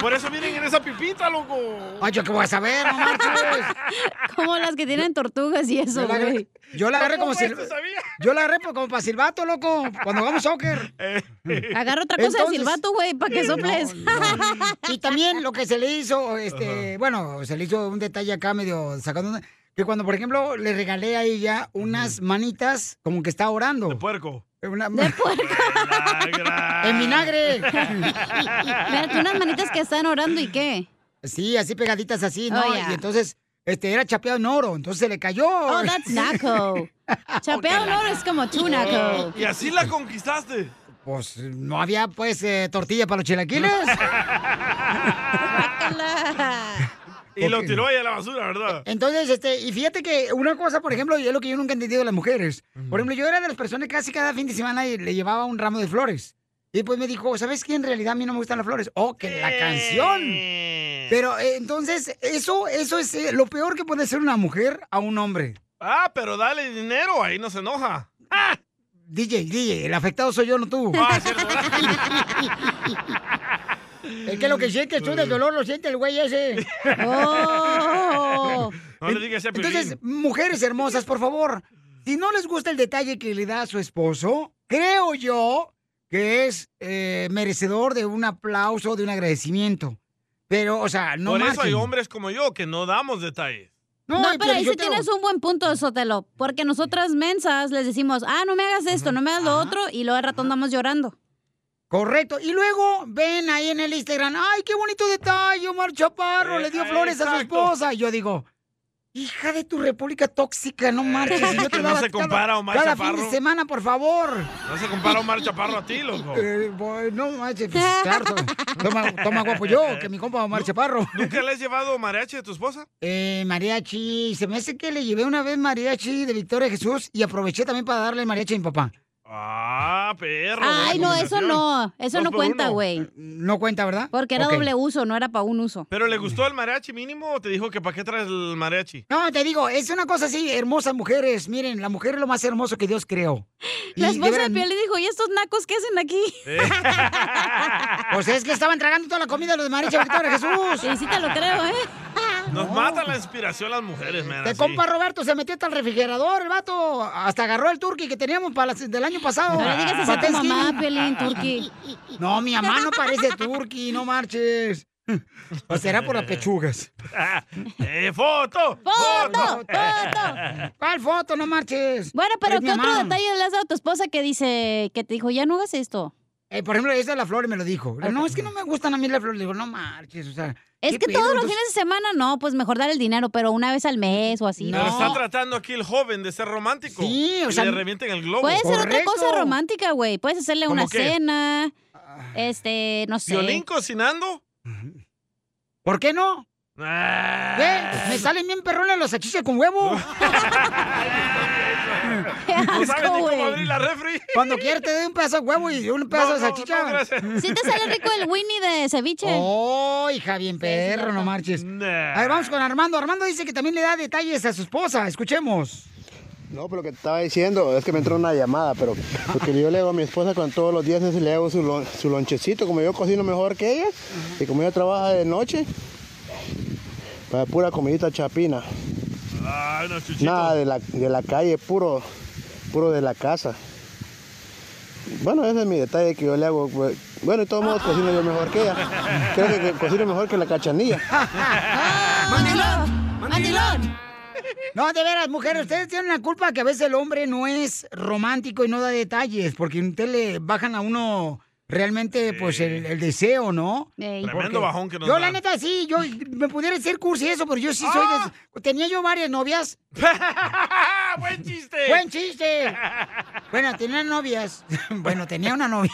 Por eso vienen en esa pipita, loco. Ay, yo qué voy a saber, no marches. Como las que tienen tortugas y eso, Yo la agarré- güey. Yo la agarré como si. Yo la agarré por- como para silbato, loco. Cuando hagamos soccer. Agarra otra cosa de silbato, güey, para que soples. Y también lo que se le hizo, este, bueno, se le hizo un detalle acá medio sacando. una- Que cuando, por ejemplo, le regalé a ella unas manitas como que está orando. De puerco. De puerco. en vinagre. Espérate, unas manitas que están orando y qué. Sí, así pegaditas así, ¿no? Oh, yeah. Y entonces, este, era chapeado en oro, entonces se le cayó. Oh, that's naco. Chapeado en oro es como tú, naco. Y así la conquistaste. Oh. Pues no había, pues, eh, tortilla para los chilaquiles. Y lo tiró ahí a la basura, ¿verdad? Entonces, este, y fíjate que una cosa, por ejemplo, y es lo que yo nunca he entendido de las mujeres. Por ejemplo, yo era de las personas que casi cada fin de semana y le llevaba un ramo de flores. Y pues me dijo, ¿sabes qué? En realidad a mí no me gustan las flores. Oh, que la canción. Pero eh, entonces, eso, eso es eh, lo peor que puede hacer una mujer a un hombre. Ah, pero dale dinero, ahí no se enoja. Ah. DJ, DJ, el afectado soy yo, no tú. Ah, es que lo que sientes tú del dolor lo siente el güey ese. Oh. No le digas a Piolín. Entonces, mujeres hermosas, por favor, si no les gusta el detalle que le da a su esposo, creo yo que es eh, merecedor de un aplauso, de un agradecimiento. Pero, o sea, no Por eso marchen. hay hombres como yo que no damos detalles. No, y pero ahí sí Piolichotelo. tienes un buen punto, Sotelo. Porque nosotras mensas les decimos, ah, no me hagas esto, no me hagas lo otro, y luego al rato andamos llorando. Correcto. Y luego ven ahí en el Instagram, ay, qué bonito detalle, Omar Chaparro, Eh, le dio eh, flores a su exacto. esposa. Y yo digo, hija de tu república tóxica, no marches. Eh, si yo te que no daba se cada- compara, Omar Cada fin Chaparro. de semana, por favor. No se compara Omar Chaparro a ti, loco. Eh, boy, no manches, pues, claro, toma, toma guapo yo, que mi compa Omar Chaparro. ¿Nunca le has llevado mariachi a tu esposa? Eh, mariachi, se me hace que le llevé una vez mariachi de Victoria Jesús y aproveché también para darle mariachi a mi papá. Ah, perro. Ay, buena no, eso combinación. no, eso Dos no por cuenta, uno. güey. Eh, No cuenta, ¿verdad? Porque era Ok. doble uso, no era para un uso. ¿Pero le gustó el mariachi mínimo o te dijo que para qué traes el mariachi? No, te digo, es una cosa así, hermosas mujeres. Miren, la mujer es lo más hermoso que Dios creó. Y La esposa veras, de Piel le dijo, ¿y estos nacos qué hacen aquí? Pues es que estaban tragando toda la comida los de Mariachi Victoria Jesús. Sí, sí te lo creo, ¿eh? Nos mata la inspiración las mujeres, man. Te así. compa Roberto se metió hasta el refrigerador, el vato. Hasta agarró el turkey que teníamos para las- del año pasado. No le digas así a tu Para Thanksgiving. mamá, Piolín, turkey. No, mi mamá no parece turkey, no marches. O será por las pechugas. Ah, eh, foto! ¡Foto! ¿Cuál foto? No marches. Bueno, pero Es mi ¿qué otro mamá. detalle le has dado a tu esposa que dice, que te dijo, ya no hagas esto? Eh, por ejemplo, esa de la flor me lo dijo. No, es que no me gustan a mí las flores. Le digo, no marches, o sea. Es ¿qué que pedo? todos los Entonces- fines de semana, no, pues mejor dar el dinero, pero una vez al mes o así. Pero está tratando aquí el joven de ser romántico. Sí, o Y sea, le revienten el globo. Puede ser otra cosa romántica, güey. Puedes hacerle ¿Cómo una qué? Ah. cena, este, no sé. ¿Violín cocinando? ¿Por qué no? Ah. ¿Ve? Me salen bien perrones los achiches con huevo. No sabes ni cómo abrir la refri. Cuando quieres te doy un pedazo de huevo y un pedazo de salchicha. Sí te sale rico el Winnie de ceviche. Oh, hija, bien perro, no marches. Mm. A ver, vamos con Armando. Armando dice que también le da detalles a su esposa. Escuchemos. No, pero lo que te estaba diciendo es que me entró una llamada, pero lo que yo le hago a mi esposa con todos los días es le hago su, lon- su lonchecito, como yo cocino mejor que ella y como ella trabaja de noche, para pura comidita chapina. Ay, no, chuchito. Nada de la, de la calle, puro, puro de la casa. Bueno, ese es mi detalle que yo le hago. pues. Bueno, de todos modos cocino yo mejor que ella. Creo que, que cocino mejor que la cachanilla. ¡Mandilón! ¡Mandilón! No, de veras, mujeres, ustedes tienen la culpa que a veces el hombre no es romántico y no da detalles, porque usted le bajan a uno realmente, pues, el, el deseo, ¿no? Tremendo Porque bajón que nos Yo, dan. la neta, sí, yo me pudiera decir cursi eso, pero yo sí soy Ah. de... Tenía yo varias novias. ¡Buen chiste! ¡Buen chiste! Bueno, tenía novias. Bueno, tenía una novia.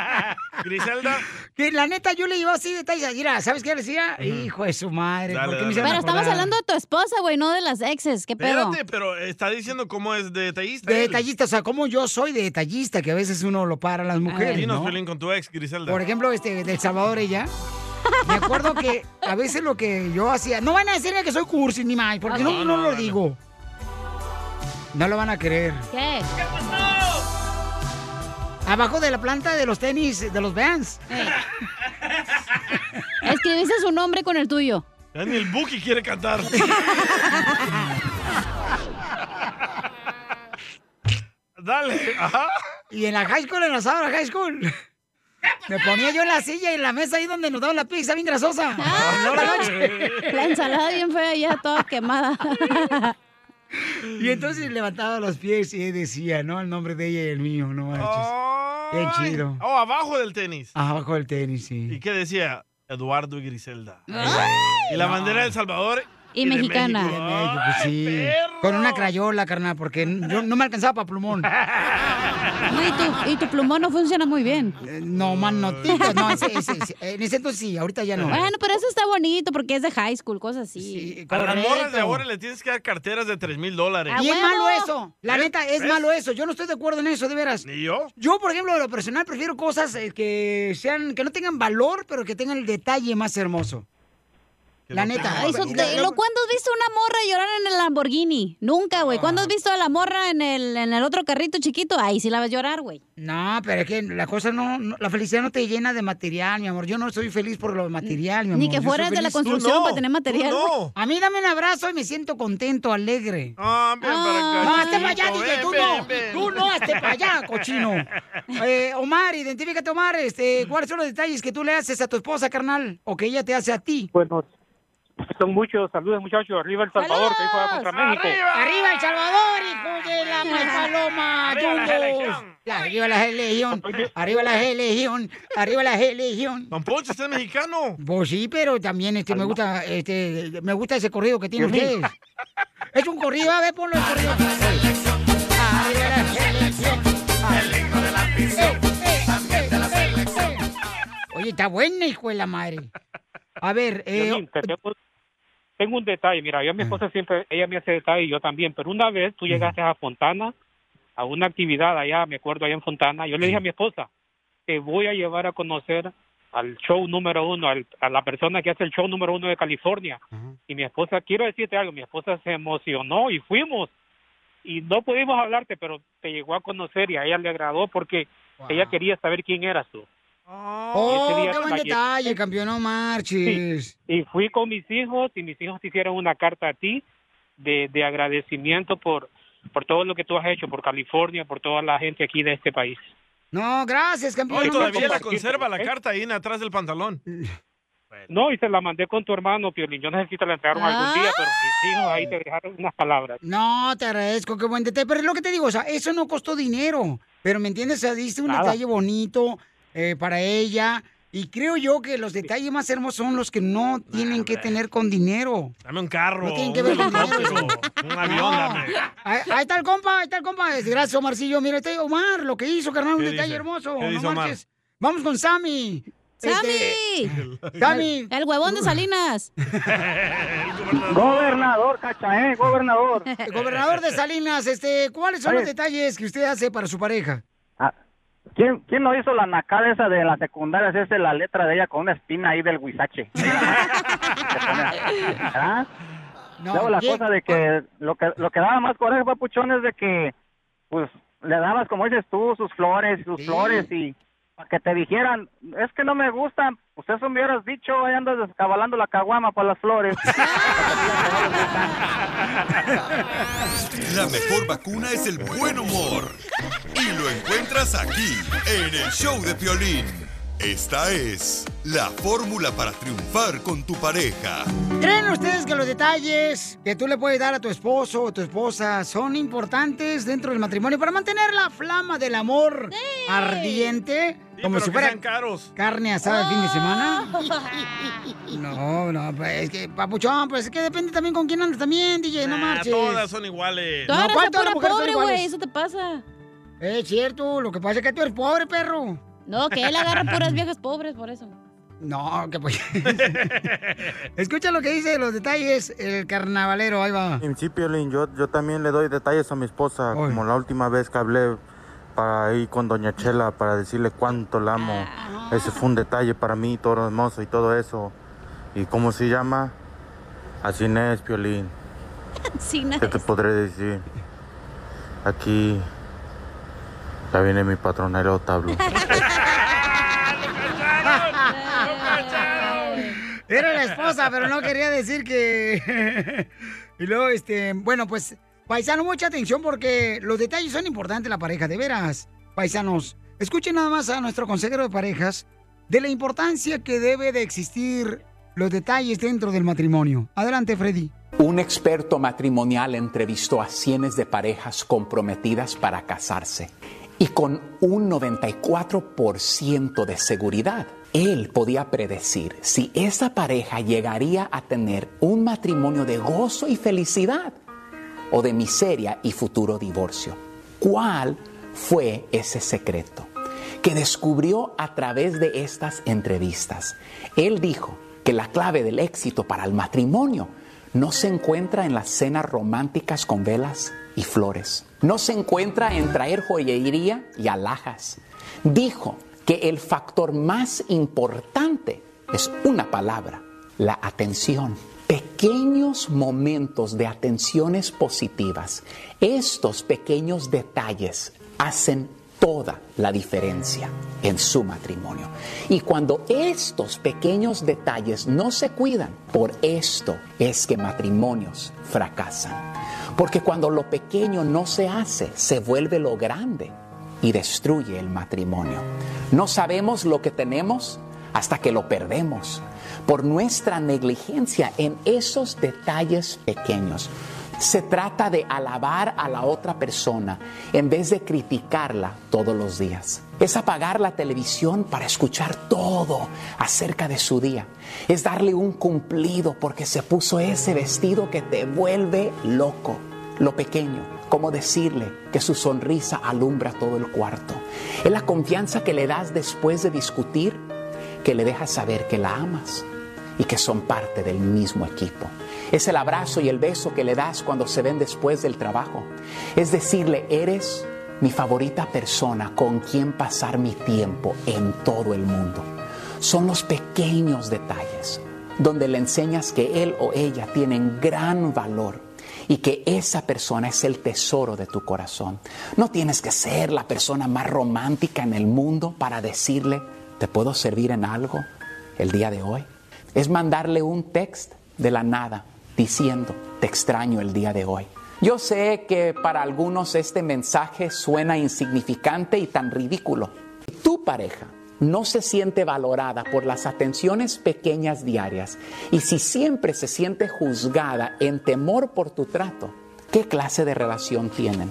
Griselda. Que la neta, yo le llevo así detalles. Mira, ¿sabes qué le decía? Hijo de su madre. Dale, ¿por qué dale. me hicieron Pero estamos acordar? hablando de tu esposa, güey, no de las exes. ¿Qué pedo? Espérate, Eh, pero está diciendo cómo es de detallista. De él. detallista, o sea, como yo soy de detallista, que a veces uno lo para a las mujeres, Dinos, ¿no? Ah, Piolín, con tu ex, Griselda. Por ejemplo, este, del Salvador ella. Me acuerdo que a veces lo que yo hacía. No van a decirme que soy cursi ni más, porque no, Ah, No, no no, lo no, digo. No lo van a creer. ¿Qué? Abajo de la planta de los tenis, de los Vans. Escribiste su nombre con el tuyo. Ya ni el Buki quiere cantar. Dale, ajá. Y en la high school, en la Sabra High School. Me ponía yo en la silla y en la mesa ahí donde nos daban la pizza bien grasosa. No, la noche. Ah. La ensalada bien fea ya toda quemada. Y entonces levantaba los pies y decía, ¿no? El nombre de ella y el mío, no manches. Qué chido. Oh, abajo del tenis. Abajo del tenis, sí. ¿Y qué decía? Eduardo y Griselda. Y la bandera de El Salvador. Y, de mexicana. México. México, pues sí. Con una crayola, carnal, porque yo no me alcanzaba para plumón. No, y, tu, y tu plumón no funciona muy bien. Eh, No, manotitos, no, ese- ese- ese- en ese entonces sí, ahorita ya no. Bueno, pero eso está bonito porque es de high school, cosas así. A las morras de ahora le tienes que dar carteras de 3 mil dólares. Y es malo eso. La ¿Eh? neta, es ¿Ves? malo eso. Yo no estoy de acuerdo en eso, de veras. ¿Ni yo? Yo, por ejemplo, de lo personal prefiero cosas eh, que sean, que no tengan valor, pero que tengan el detalle más hermoso. La neta. Ay, Sotelo, ¿cuándo has visto una morra llorar en el Lamborghini? Nunca, güey. ¿Cuándo has Ah. visto a la morra en el, en el otro carrito chiquito? Ahí sí la vas a llorar, güey. No, pero es que la cosa no, no- la felicidad no te llena de material, mi amor. Yo no soy feliz por lo material, mi amor. Ni que Yo soy fueras de la feliz- construcción Tú no, para tener tú material, no. güey. A mí dame un abrazo y me siento contento, alegre. Ah, ven para acá, No, hazte para allá, chiquito, DJ, tú ven, no. ven, Tú ven. no, hazte para allá, cochino. Eh, Omar, identifícate, Omar. Este, ¿Cuáles son los detalles que tú le haces a tu esposa, carnal? O que ella te hace a ti. Bueno, son muchos. Saludos, muchachos. Arriba El Salvador, que hoy juega contra México. ¡Arriba El Salvador, hijo de la mal paloma! Arriba la ¡Yungos! ¡Arriba la religión! ¡Arriba la religión! ¡Arriba la religión! Don Poncho, usted es mexicano. Pues sí, pero también este, me gusta este, me gusta ese corrido que tienen Piolín. ustedes. Es un corrido, a ver, ponlo el corrido. Arriba la selección. Oye, está buena, hijo de la madre. A ver, eh, Ah. Violín, te tengo, tengo un detalle. Mira, yo a mi esposa siempre, ella me hace detalle y yo también. Pero una vez tú llegaste a Fontana, a una actividad allá, me acuerdo, allá en Fontana, yo le dije a mi esposa, te voy a llevar a conocer al show número uno, al- a la persona que hace el show número uno de California. Y mi esposa, quiero decirte algo, mi esposa se emocionó y fuimos. Y no pudimos hablarte, pero te llegó a conocer y a ella le agradó porque ella quería saber quién eras tú. oh, ese día qué buen fallé. detalle, campeón, no marches. Y fui con mis hijos y mis hijos te hicieron una carta a ti de, de agradecimiento por, por todo lo que tú has hecho, por California, por toda la gente aquí de este país. No, gracias, campeón. Hoy no todavía la marches. conserva la ¿eh? carta ahí en atrás del pantalón. No, y se la mandé con tu hermano, Piolín. Yo no sé si te la entregaron algún día, pero mis hijos ahí te dejaron unas palabras. No, te agradezco, qué buen detalle. Pero es lo que te digo, o sea, eso no costó dinero. Pero, ¿me entiendes? O sea, diste un Nada. detalle bonito eh, para ella. Y creo yo que los detalles más hermosos son los que no tienen que tener con dinero. Dame un carro. No tienen que un ver con helicóptero, Un avión, No. dame. Ahí, ahí está el compa, ahí está el compa. Gracias, Omarcillo. Mira, este Omar, lo que hizo, carnal, un ¿Qué detalle dice? hermoso. ¿Qué dice no Omar? marches. Vamos con Sammy. Este, ¡Sammy! ¡Sammy! El huevón de Salinas. Gobernador, cacha, ¿eh? Gobernador. Gobernador de Salinas, este, ¿cuáles son Oye. los detalles que usted hace para su pareja? Ah, ¿Quién, ¿Quién no hizo la nacada esa de la secundaria? Hacerse la letra de ella con una espina ahí del guisache. ¿Verdad? No, Luego la ¿quién? cosa de que lo que lo que daba más coraje, papuchón, es de que pues le dabas como dices tú sus flores, sus flores y para que te dijeran, es que no me gustan, pues eso me hubieras dicho, ahí andas descabalando la caguama para las flores. La mejor vacuna es el buen humor. Y lo encuentras aquí, en el show de Piolín. Esta es la fórmula para triunfar con tu pareja. ¿Creen ustedes que los detalles que tú le puedes dar a tu esposo o tu esposa son importantes dentro del matrimonio para mantener la flama del amor ardiente? Sí, como pero si que fuera sean caros. carne asada el fin de semana. No, no, pues es que, papuchón, pues es que depende también con quién andas también, DJ, no Nah, marches. todas son iguales. No, ¿cuál eres todas las pura mujeres son pobre, iguales? güey, eso te pasa. Es cierto, lo que pasa es que tú eres pobre, perro. No, que él agarra puras viejas pobres, por eso. No, que pues. Escucha lo que dice los detalles el carnavalero, ahí va. En sí, Piolín, yo, yo también le doy detalles a mi esposa, como la última vez que hablé para ir con Doña Chela para decirle cuánto la amo. Ese fue un detalle para mí, todo hermoso y todo eso. ¿Y cómo se llama? Así no es, Piolín. Sí, ¿Qué te podré decir? Aquí ya viene mi patronero Tablo. Era la esposa, pero no quería decir que. y luego, este, bueno, pues, paisano, mucha atención porque los detalles son importantes en la pareja, de veras, paisanos. Escuchen nada más a nuestro consejero de parejas de la importancia que debe de existir los detalles dentro del matrimonio. Adelante, Freddy. Un experto matrimonial entrevistó a cientos de parejas comprometidas para casarse y con un 94% de seguridad, él podía predecir si esa pareja llegaría a tener un matrimonio de gozo y felicidad o de miseria y futuro divorcio. ¿Cuál fue ese secreto que descubrió a través de estas entrevistas? Él dijo que la clave del éxito para el matrimonio no se encuentra en las cenas románticas con velas y flores. No se encuentra en traer joyería y alhajas. Dijo que el factor más importante es una palabra, la atención. Pequeños momentos de atenciones positivas. Estos pequeños detalles hacen toda la diferencia en su matrimonio. Y cuando estos pequeños detalles no se cuidan, por esto es que matrimonios fracasan. Porque cuando lo pequeño no se hace, se vuelve lo grande y destruye el matrimonio. No sabemos lo que tenemos hasta que lo perdemos por nuestra negligencia en esos detalles pequeños. Se trata de alabar a la otra persona en vez de criticarla todos los días. Es apagar la televisión para escuchar todo acerca de su día. Es darle un cumplido porque se puso ese vestido que te vuelve loco. Lo pequeño, como decirle que su sonrisa alumbra todo el cuarto. Es la confianza que le das después de discutir que le dejas saber que la amas y que son parte del mismo equipo. Es el abrazo y el beso que le das cuando se ven después del trabajo. Es decirle, eres mi favorita persona con quien pasar mi tiempo en todo el mundo. Son los pequeños detalles donde le enseñas que él o ella tienen gran valor y que esa persona es el tesoro de tu corazón. No tienes que ser la persona más romántica en el mundo para decirle, ¿te puedo servir en algo el día de hoy? Es mandarle un text de la nada diciendo, te extraño el día de hoy. Yo sé que para algunos este mensaje suena insignificante y tan ridículo. Tu pareja no se siente valorada por las atenciones pequeñas diarias y si siempre se siente juzgada en temor por tu trato, ¿qué clase de relación tienen?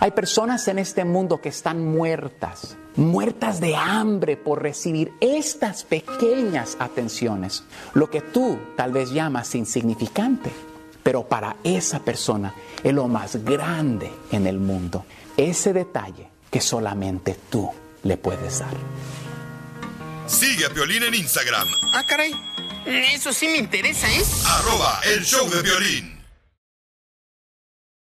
Hay personas en este mundo que están muertas, muertas de hambre por recibir estas pequeñas atenciones, lo que tú tal vez llamas insignificante, pero para esa persona es lo más grande en el mundo, ese detalle que solamente tú le puedes dar. Sigue a Piolín en Instagram. Ah, caray. Eso sí me interesa, ¿eh? Arroba el show de violín.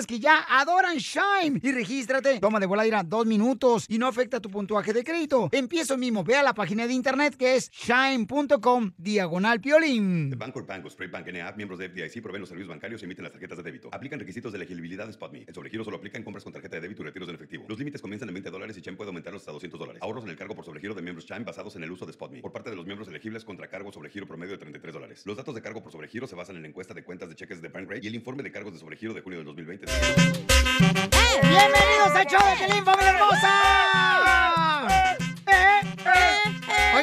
personas que ya adoran Shine. Y regístrate. Toma de volada ir a dos minutos y no afecta tu puntuaje de crédito. Empiezo mismo. Ve a la página de internet que es shine.com diagonal piolín. Bancorp Bank o Spray Bank NA, miembros de FDIC proveen los servicios bancarios y emiten las tarjetas de débito. Aplican requisitos de elegibilidad de SpotMe. El sobregiro solo aplica en compras con tarjeta de débito y retiros en efectivo. Los límites comienzan en 20 dólares y Shine puede aumentarlos hasta 200 dólares. Ahorros en el cargo por sobregiro de miembros Shine basados en el uso de SpotMe por parte de los miembros elegibles contra cargo sobregiro promedio de 33 dólares. Los datos de cargo por sobregiro se basan en la encuesta de cuentas de cheques de Bankrate y el informe de cargos de sobregiro de junio del 2020. ¡Bienvenidos a show de Pelín, familia hermosa! ¡Eh,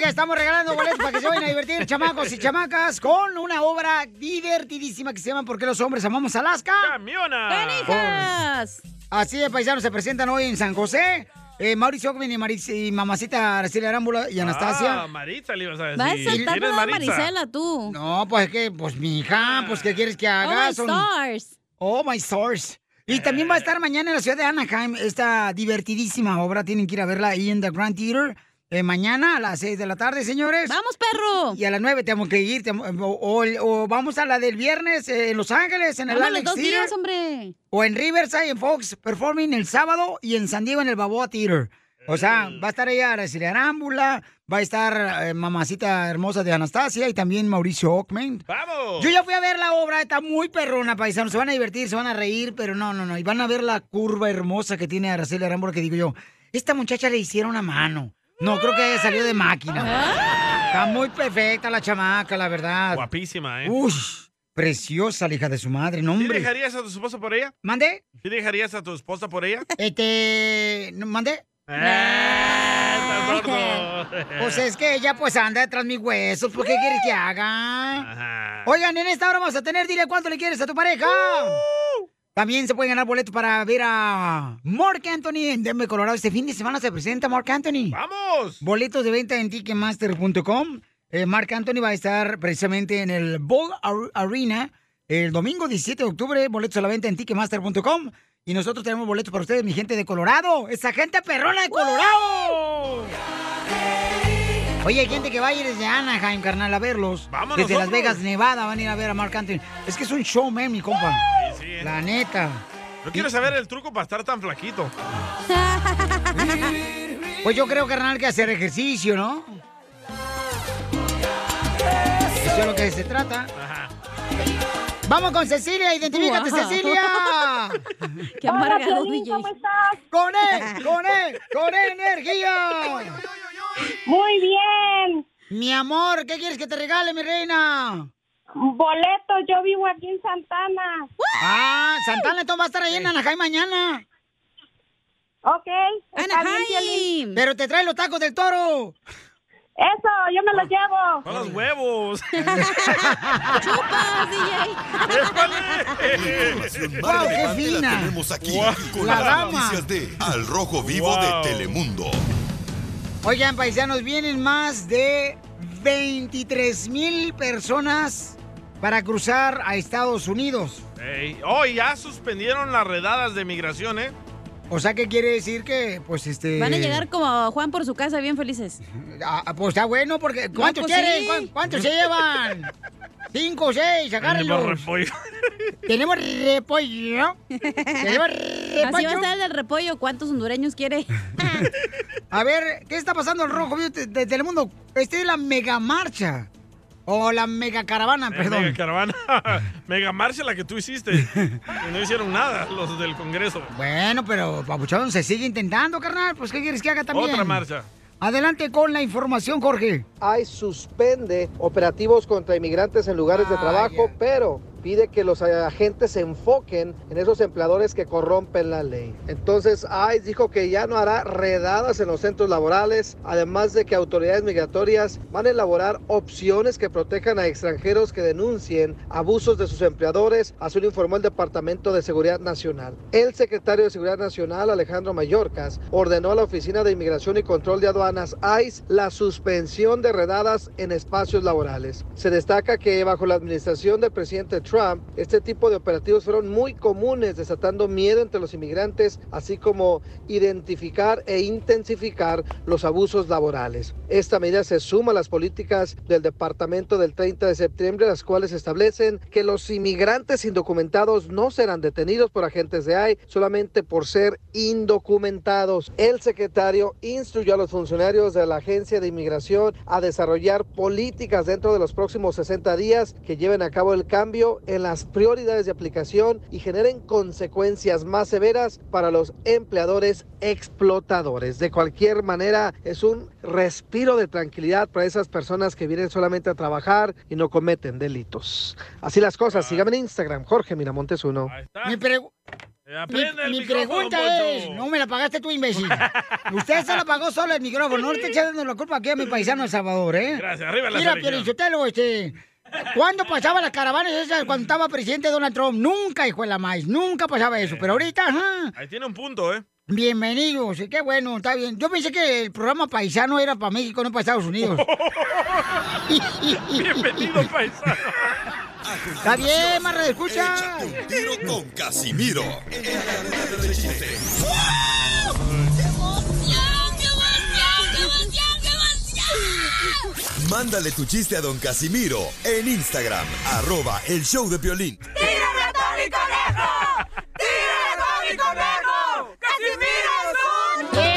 estamos regalando boletos para que se vayan a divertir, chamacos y chamacas, con una obra divertidísima que se llama ¿Por qué los hombres amamos Alaska? ¡Camiona! ¡Canijas! Así de paisanos se presentan hoy en San José. Eh, Mauricio Ogden y, Maris- y mamacita Araceli Arámbula y Anastasia. Ah, Marita le ibas a decir. Vas a ¿Quién saltar es toda Marisela, tú. No, pues es que, pues mi hija, pues ¿qué quieres que haga? Oh, my stars. Oh, my stars. Y también va a estar mañana en la ciudad de Anaheim esta divertidísima obra. Tienen que ir a verla ahí en The Grand Theater. eh, mañana a las 6 de la tarde, señores. ¡Vamos, perro! Y a las 9 tenemos que ir. tenemos- o, o- o vamos a la del viernes eh, en Los Ángeles, en el Vamos los Alex dos Theater. días, hombre. O en Riverside, en Fox Performing el sábado y en San Diego en el Balboa Theater. O sea, Eh. va a estar ella Araceli Arámbula, va a estar eh, mamacita hermosa de Anastasia y también Mauricio Ockman. ¡Vamos! Yo ya fui a ver la obra, está muy perrona, paisanos. Se van a divertir, se van a reír, pero no, no, no. Y van a ver la curva hermosa que tiene Araceli Arámbula que digo yo, esta muchacha le hicieron a mano. No, creo que haya salido de máquina. Está muy perfecta la chamaca, la verdad. Guapísima, ¿eh? Uy, preciosa la hija de su madre, no, ¿Sí hombre. dejarías a tu esposa por ella? ¿Mande? ¿Sí dejarías a tu esposa por ella? Este, ¿no mandé? Pues es que ella pues anda detrás de mis huesos, ¿por qué quieres que haga? Oigan, en esta hora vamos a tener, dile cuánto le quieres a tu pareja. También se pueden ganar boletos para ver a Mark Anthony en Denver, Colorado. Este fin de semana se presenta Mark Anthony. ¡Vamos! Boletos de venta en Ticketmaster.com. Eh, Mark Anthony va a estar precisamente en el Ball Ar- Arena el domingo 17 de octubre. Boletos a la venta en Ticketmaster.com. Y nosotros tenemos boletos para ustedes, mi gente de Colorado. ¡Esa gente perrona de Colorado! Oye, hay gente que va a ir desde Anaheim, carnal, a verlos. Vamos desde Las nosotros. Vegas, Nevada, van a ir a ver a Mark Anthony. Es que es un showman, mi compa. La neta. Yo quiero saber el truco para estar tan flaquito. Pues yo creo, carnal, que hacer ejercicio, ¿no? Eso es lo que se trata. Vamos con Cecilia, identifícate, Wow. Cecilia. Qué Hola, amargado, Piolín, DJ. ¿cómo estás? Con él, con él, con E energía. Muy bien. Mi amor, ¿qué quieres que te regale, mi reina? Boleto, yo vivo aquí en Santana. Ah, Santana, entonces va a estar ahí en Anaheim mañana. Ok. Anaheim. Pero te trae los tacos del toro. Eso, yo me los llevo. Con los huevos. ¡Chupas, DJ! Información Wow, más qué relevante fina. La tenemos aquí Wow. con La las dama. noticias de Al Rojo Vivo Wow. de Telemundo. Oigan, paisanos, vienen más de 23 mil personas para cruzar a Estados Unidos. Ey, Oh, y ya suspendieron las redadas de migración, ¿eh? O sea, ¿qué quiere decir que, pues, este... Van a llegar como Juan por su casa, bien felices. Ah, ah, pues está bueno, porque ¿cuánto pues quieren? sí. ¿Cuán- ¿Cuánto se llevan? Cinco, seis, agárrenlos. Tenemos repollo. Tenemos Así va a repollo. estar el del repollo. ¿Cuántos hondureños quiere? A ver, ¿qué está pasando el rojo Vivo de, de Telemundo? Esta es la mega marcha. O la mega caravana, perdón. Mega caravana. Mega marcha la que tú hiciste. Y no hicieron nada los del Congreso. Bueno, pero Papuchón se sigue intentando, carnal. Pues, ¿qué quieres que haga también? Otra marcha. Adelante con la información, Jorge. Ay, suspende operativos contra inmigrantes en lugares de trabajo, pero pide que los eh, agentes se enfoquen en esos empleadores que corrompen la ley. Entonces, ICE dijo que ya no hará redadas en los centros laborales, además de que autoridades migratorias van a elaborar opciones que protejan a extranjeros que denuncien abusos de sus empleadores, así lo informó el Departamento de Seguridad Nacional. El secretario de Seguridad Nacional, Alejandro Mayorkas, ordenó a la Oficina de Inmigración y Control de Aduanas, ICE, la suspensión de redadas en espacios laborales. Se destaca que bajo la administración del presidente Trump, este tipo de operativos fueron muy comunes, desatando miedo entre los inmigrantes, así como identificar e intensificar los abusos laborales. Esta medida se suma a las políticas del Departamento del 30 de septiembre, las cuales establecen que los inmigrantes indocumentados no serán detenidos por agentes de ICE solamente por ser indocumentados. El secretario instruyó a los funcionarios de la Agencia de Inmigración a desarrollar políticas dentro de los próximos 60 días que lleven a cabo el cambio en las prioridades de aplicación y generen consecuencias más severas para los empleadores explotadores. De cualquier manera, es un respiro de tranquilidad para esas personas que vienen solamente a trabajar y no cometen delitos. Así las cosas. Síganme en Instagram, Jorge Miramontes 1. Mi, pregu- Aprende el mi micrófono, pregunta Poncho. es, no me la pagaste tú, imbécil. Usted se la pagó solo el micrófono, no le esté echando la culpa aquí a mi paisano El Salvador, ¿eh? Gracias, arriba la Mira, selección. Pielichotelo, este... ¿Cuándo pasaba las caravanas esas cuando estaba presidente Donald Trump? Nunca, hijo de la maíz, nunca pasaba eso. Pero ahorita, ajá. Ahí tiene un punto, ¿eh? Bienvenidos, qué bueno, está bien. Yo pensé que el programa paisano era para México, no para Estados Unidos. Bienvenido, paisano. Está bien, Marra, escucha. Tiro con Casimiro. Mándale tu chiste a don Casimiro en Instagram, arroba el show de violín. ¡Tírame a Tony Conejo! ¡Tírame a Tony Conejo! ¡Casimiro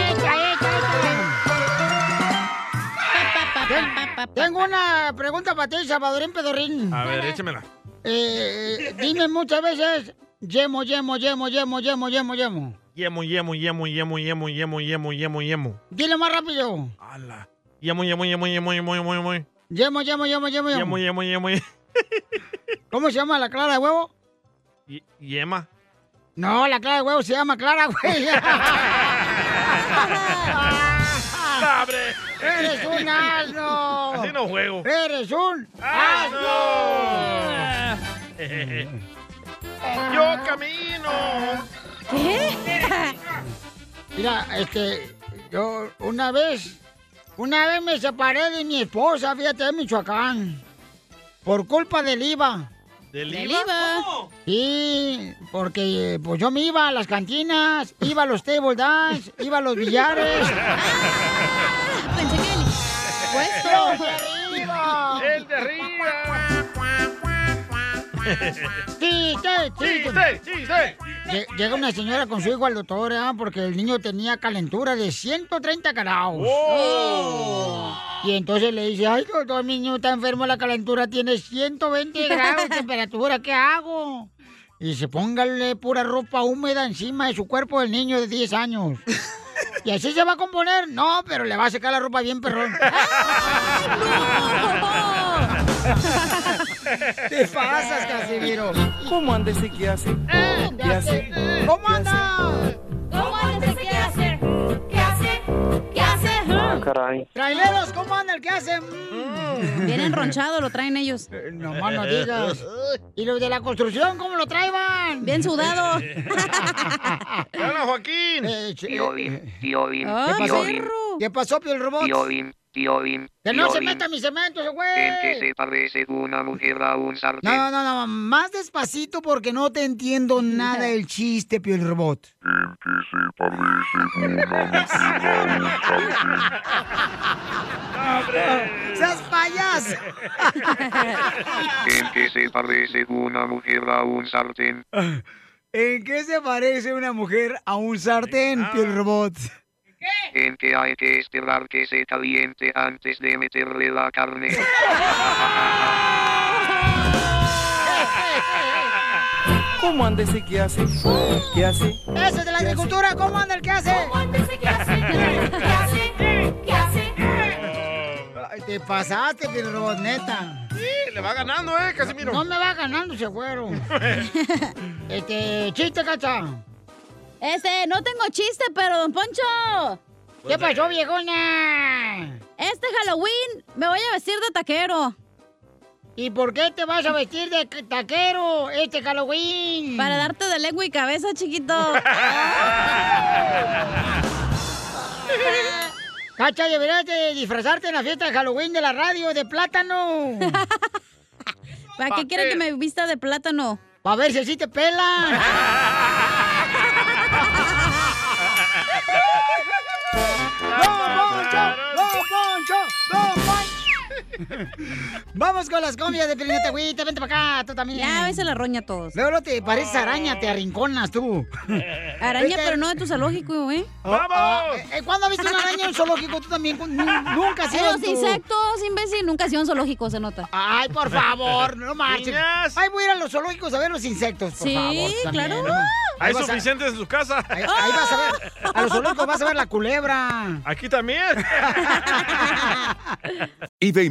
Ten- Tengo una pregunta para ti, Salvadorín Pedorín. A ver, échamela. Eh, dime muchas veces, yemo, yemo, yemo, yemo, yemo, yemo, yemo. Yemo, yemo, yemo, yemo, yemo, yemo, yemo, yemo, yemo. Dile más rápido. Yemo, yemo, yemo, yemo, yemo, yemo, yemo. Yemo, yemo, yemo, yemo, Yemo, yemo. yemo, yemo. ¿Cómo se llama la clara de huevo? ye- Yema. No, la clara de huevo se llama clara, güey. ¡Abre! ¡Eres un asno! Así no juego. ¡Eres un asno! Yo camino. ¿Qué? Mira, este, yo una vez, una vez me separé de mi esposa, fíjate, en Michoacán, por culpa del IVA. ¿Del ¿Del IVA? IVA? ¿Cómo? Sí, porque pues yo me iba a las cantinas, iba a los table dance, iba a los billares. Ah, Pensé que el Conejo! ¡El de ¡Chiste! ¡Chiste! Lle- Llega una señora con su hijo al doctor, ah, porque el niño tenía calentura de 130 grados. Y entonces le dice, ay, doctor, mi niño está enfermo, la calentura tiene 120 grados de temperatura, ¿qué hago? Y se póngale pura ropa húmeda encima de su cuerpo del niño de 10 años. ¿Y así se va a componer? No, pero le va a secar la ropa bien perrón. ¿Te pasas, Casimiro? ¿Cómo andes y qué hace? ¿Qué hace? ¿Cómo andas? ¿Cómo andes y qué hace? ¿Qué hace? ¿Qué hace? Ah, caray. Traileros, ¿cómo andan? ¿Qué hacen? Viene enronchado, lo traen ellos. No más no digas. ¿Y los de la construcción cómo lo traían? Bien sudados. ¡Hola, Joaquín! Eh, Tío Bim, tío Bim, Ah, ¿Qué tío pasó? Bim, ¿Qué pasó, Pio el robot? tío Bim, tío Bim, Que no tío se Bim. meta mi cemento, ese ¿En qué güey. se parece una mujer a un sartén? No, no, no, más despacito porque no te entiendo nada el chiste, Pio el robot. ¿En qué se parece una mujer a un sartén? ¡Seas payaso! ¿En qué se parece una mujer a un sartén? ¿En qué se parece una mujer a un sartén, Pio el robot? En que hay que esperar que se caliente antes de meterle la carne. ¿Cómo andes y qué hace? ¿Qué hace? Eso es de la agricultura, ¿cómo anda el que hace? ¿Qué hace? ¿Qué hace? Te pasaste, Pio el robot, neta. Sí, le va ganando, ¿eh, Casimiro? No me va ganando ese güero. este, chiste, cacha. Este, no tengo chiste, pero don Poncho. ¿Qué pasó, viejona? Este Halloween me voy a vestir de taquero. ¿Y por qué te vas a vestir de taquero este Halloween? Para darte de lengua y cabeza, chiquito. Cacha, deberías de disfrazarte en la fiesta de Halloween de la radio de plátano. ¿Para qué quiere que me vista de plátano? Para ver si así te pelan. ¡Don ¡Oh, Poncho! ¡Don Poncho! Vamos con las combias de Pilineta, güey. Vente para acá, tú también. Ya, a veces la roña a todos. Luego luego te pareces araña, te arrinconas tú. Araña, pero no de tu zoológico, ¿eh? güey. Ah, ¡Vamos! eh, ¿Cuándo has visto una araña en un zoológico? Tú también cu- nu- nunca has En ido Los tú. insectos, imbécil, nunca ha sido un zoológico, se nota. Ay, por favor, no marches. Ay, voy a ir a los zoológicos a ver los insectos, por Sí, favor. también. claro. Ahí vas a- suficiente de su casa. Ahí, ahí vas a ver, a los zoológicos vas a ver la culebra. Aquí también. eBay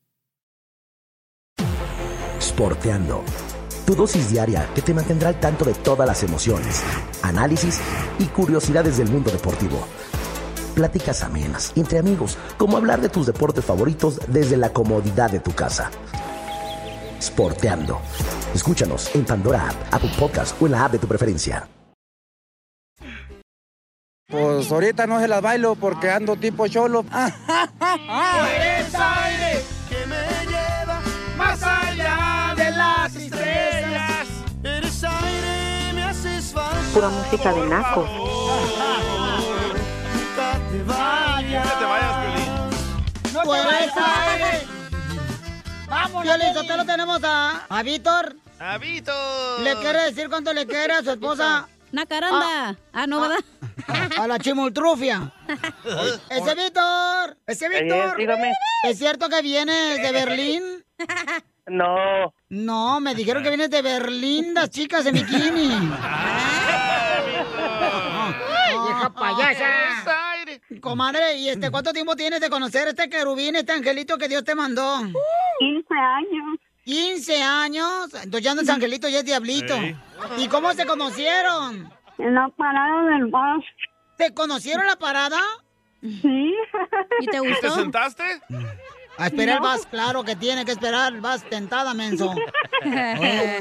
Sporteando. Tu dosis diaria que te mantendrá al tanto de todas las emociones, análisis y curiosidades del mundo deportivo. Pláticas amenas entre amigos, como hablar de tus deportes favoritos desde la comodidad de tu casa. Sporteando. Escúchanos en Pandora App, Apple Podcast o en la app de tu preferencia. Pues ahorita no se las bailo porque ando tipo cholo. Eres aire que me lleva más allá de las estrellas. Eres aire, me haces falta. Pura música de nacos. Nunca te vayas. Nunca te vayas, No Pues, Vamos, Violín, Sotelo, tenemos a, a Víctor. A Víctor. ¿Le quiere decir cuánto le quiere a su esposa? Nacaranda. Ah, no, ¿verdad? A, la chimultrufia. Ah. Eh, ¡Ese Víctor! ¡Ese Eh, Víctor! dígame. ¿Es cierto que vienes de Berlín? No. No, me dijeron que vienes de Berlín, las chicas en bikini. ¡Ay, vieja payasa! Comadre, ¿y este cuánto tiempo tienes de conocer este querubín, este angelito que Dios te mandó? 15 años. 15 años. Entonces ya no es angelito, ya es diablito. Ey. ¿Y cómo se conocieron? En la parada del bus. ¿Te conocieron en la parada? Sí. ¿Y te ¿Te gustó? sentaste? A esperar Ah, el No. bus, claro que tiene que esperar el bus tentada, menso. Trabajaba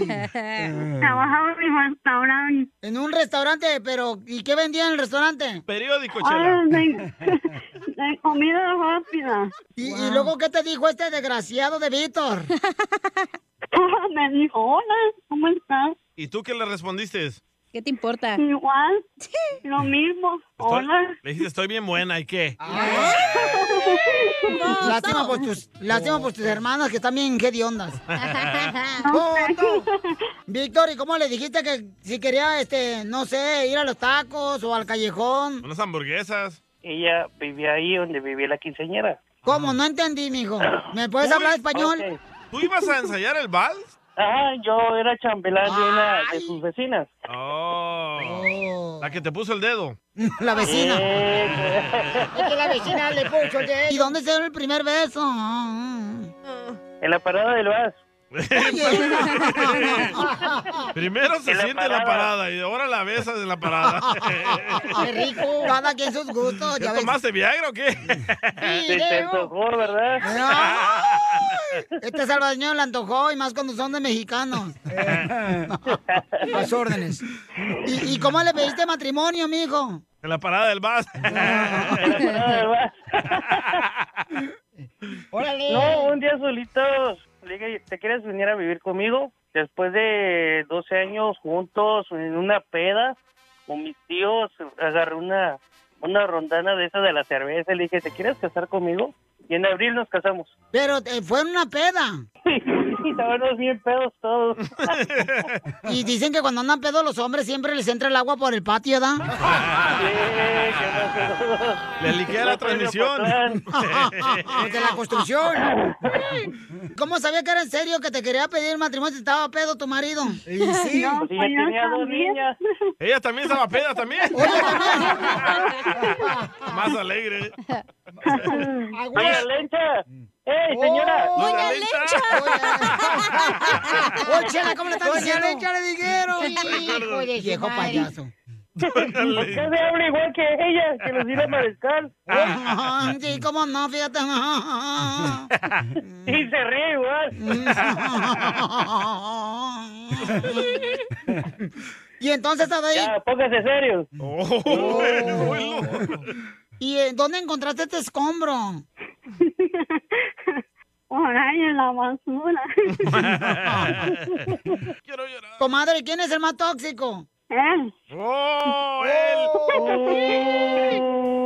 en un restaurante. Eh. En un restaurante, pero ¿y qué vendía en el restaurante? Periódico, Ah, chela. de, comida rápida. ¿Y, y luego qué te dijo este desgraciado de Víctor? Me dijo, hola, ¿cómo estás? ¿Y tú qué le respondiste? ¿Qué te importa? Igual. Lo mismo. Estoy- Le dijiste, estoy bien buena, ¿y qué? Lástima por, tus, lástima por tus hermanas que están bien hediondas. ¡Foto! Víctor, ¿y cómo le dijiste que si quería, este, no sé, ir a los tacos o al callejón? Unas hamburguesas. Ella vivía ahí donde vivía la quinceañera. ¿Cómo? No entendí, mijo. ¿Me puedes Uy, hablar español? ok. ¿Tú ibas a ensayar el vals? Ah, yo era chambelán de una de sus vecinas. Oh. La que te puso el dedo. La vecina. Eh, Es que la vecina le puso el dedo. ¿Y dónde se dio el primer beso? En la parada del vas. Primero se En la siente en la parada y ahora la besas en la parada. ¡Qué rico! Cada quien sus gustos. ¿Ya Ya ves. tomaste Viagra o qué? Sí, te antojó, ¿verdad? Este salvadoreño le antojó y más cuando son de mexicanos. Las órdenes. ¿Y, y cómo le pediste matrimonio, mijo? En la parada del bus. Órale. No, un día solitos. Le dije, ¿te quieres venir a vivir conmigo? Después de 12 años juntos en una peda con mis tíos, agarré una, una rondana de esas de la cerveza. Le dije, ¿te quieres casar conmigo? Y en abril nos casamos. Pero eh, fue en una peda. Y estábamos bien pedos todos. y dicen que cuando andan pedos los hombres siempre les entra el agua por el patio, ¿da? Le liquea la transmisión. De la construcción. ¿Cómo sabía que era en serio que te quería pedir matrimonio si estaba pedo tu marido? sí. No, Sí, ya pues yo tenía dos también. niñas. Ella también estaba peda también. Más alegre. Ah, Doña Lencha. ¡Ey, señora! Oh, ¡Doña Lencha! ¡Oye, chela, cómo le están Doña diciendo! Lencha le dijeron! Hijo de su Viejo madre. payaso. ¿Por qué se habla igual que ella? Que nos iba a mariscar. Sí, cómo no, fíjate. Y se ríe igual. Y entonces estaba ahí. Ya, póngase serio. Oh, ¿Y eh, dónde encontraste este escombro? Por ahí en la basura. Comadre, ¿quién es el más tóxico? Él. ¡Oh, él!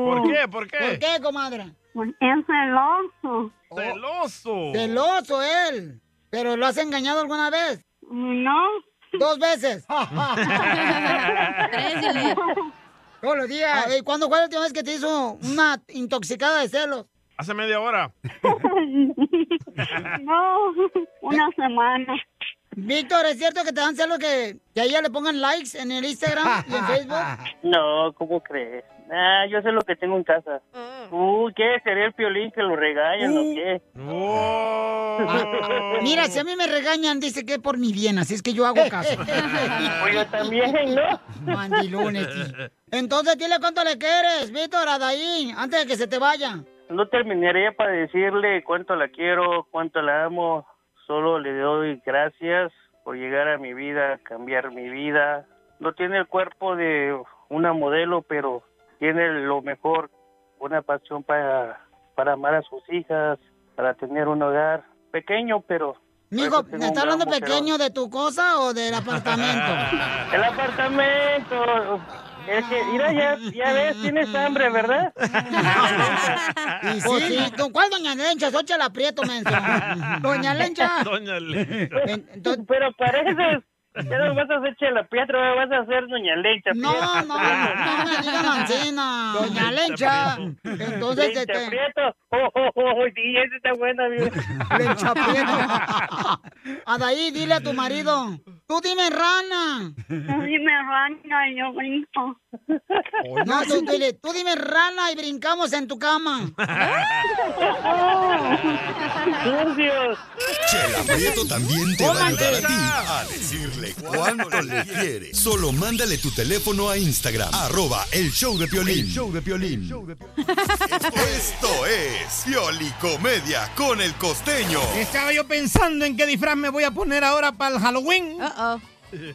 ¿Por qué? ¿Por qué? ¿Por qué, comadre? Porque es celoso. Oh. ¡Celoso! Celoso él. ¿Pero lo has engañado alguna vez? No. ¿Dos veces? Tres, dile. Todos los días. Eh, ¿Cuándo fue la última vez que te hizo una intoxicada de celos? Hace media hora. No, una semana. Víctor, ¿es cierto que te dan celos que, que a ella le pongan likes en el Instagram y en Facebook? No, ¿cómo crees? Ah, yo sé lo que tengo en casa. Uh, ¿qué? ¿Sería el piolín que lo regañan o qué? Mira, si a mí me regañan, dice que es por mi bien, así es que yo hago caso. Pues yo también, ¿no? Mandilones. Entonces, dile cuánto le quieres, Víctor, a Daín, antes de que se te vaya. No terminaría para decirle cuánto la quiero, cuánto la amo. Solo le doy gracias por llegar a mi vida, cambiar mi vida. No tiene el cuerpo de una modelo, pero tiene lo mejor, una pasión para, para amar a sus hijas, para tener un hogar pequeño, pero... Mijo, ¿me un está hablando gran pequeño de tu cosa o del apartamento? El apartamento. Es que, mira, ya, ya ves, tienes hambre, ¿verdad? Pues ¿Y sí? ¿Con cuál doña Lencha? Soy la aprieto, menso. Doña Lencha. Doña Lencha. Pero pareces. Ya no vas a hacer chela pietro, vas a hacer doña Lecha. No, no, no, no me digan Ancina. Doña Lencha. Entonces, Lecha este- Prieto. Oh, oh, oh, oh, sí, esa está buena, amigo. Lecha Adaí, dile a tu marido. Tú dime rana. Tú dime rana y yo brinco. No, tú dile, tú dime rana y brincamos en tu cama. Chela Prieto también te va a ayudar a ti Tómatela. a decirle cuánto le quiere. Solo mándale tu teléfono a Instagram, arroba el show de Piolín. show de Piolín. Esto es Pioli Comedia con el costeño. Estaba yo pensando en qué disfraz me voy a poner ahora para el Halloween.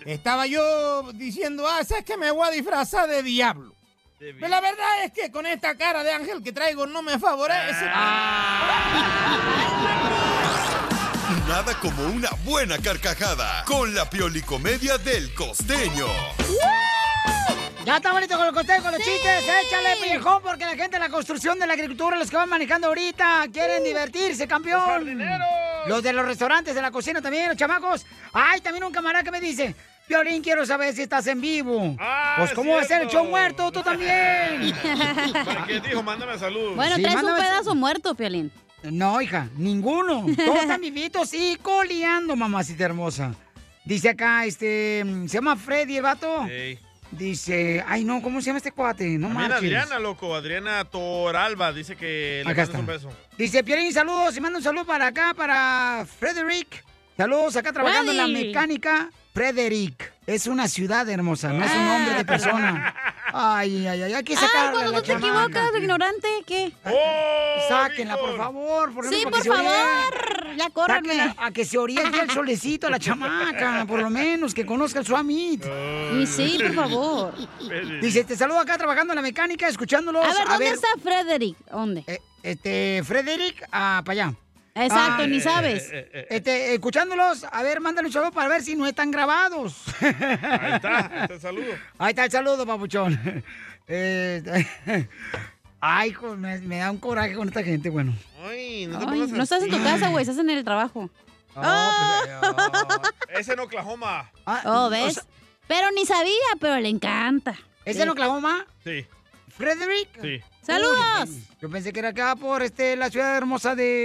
Estaba yo diciendo, ah, ¿sabes que Me voy a disfrazar de diablo. Pero la verdad es que con esta cara de ángel que traigo no me favorece. Ah. Nada como una buena carcajada con la Pioli Comedia del costeño. Ya está bonito con el costeño, con los chistes. Échale, pellejón, porque la gente de la construcción, de la agricultura, los que van manejando ahorita, quieren divertirse, campeón. Los de los restaurantes, de la cocina también, los chamacos. Ay, también un camarada que me dice, Violín, quiero saber si estás en vivo. pues, ¿cómo va a ser el show muerto? Tú también. ¿Qué dijo? Mándame salud. Bueno, Sí, traes mándame- un pedazo muerto, Piolín. No, hija, ninguno. Todos están vivitos y coleando, mamacita hermosa. Dice acá, este, se llama Freddy el vato. Dice, ay no, ¿cómo se llama este cuate? No Mira, marches. Adriana, loco. Adriana Toralba dice que le Acá mandas un beso. Dice, Pierín, saludos y manda un saludo para acá, para Frederick. Saludos acá trabajando en la Freddy. mecánica. Frederick, es una ciudad hermosa, no es Ah, un nombre de persona. Ay, ay, ay, hay que Ay, sacarla. cuando la tú te chamaca. equivocas, ignorante, ¿qué? Sáquenla, por favor. Por lo Sí, menos por para que se oriente. favor. Ya córrele. Sáquenla A que se oriente el solecito a la chamaca, por lo menos, que conozca el Suamit. Y sí, por favor. Dice, te saludo acá trabajando en la mecánica, escuchándolos. A ver, ¿dónde está Frederick? ¿Dónde? este, Frederick, ah, para allá. Exacto, Ah, ni sabes. Este, escuchándolos, a ver, mándale un saludo para ver si no están grabados. Ahí está, te saludo. Ahí está el saludo, papuchón. Eh, Ay, co- me, me da un coraje con esta gente, bueno. Ay, no te Ay, pongas no estás en tu así. pues, casa, güey, Ah. estás en el trabajo. Es en Oklahoma. Ah, oh, ¿ves? Pero ni sabía, pero le encanta. ¿Es en Oklahoma? Sí. ¿Frederick? Sí. ¡Saludos! Uy, yo, pensé que era acá por este, la ciudad hermosa de...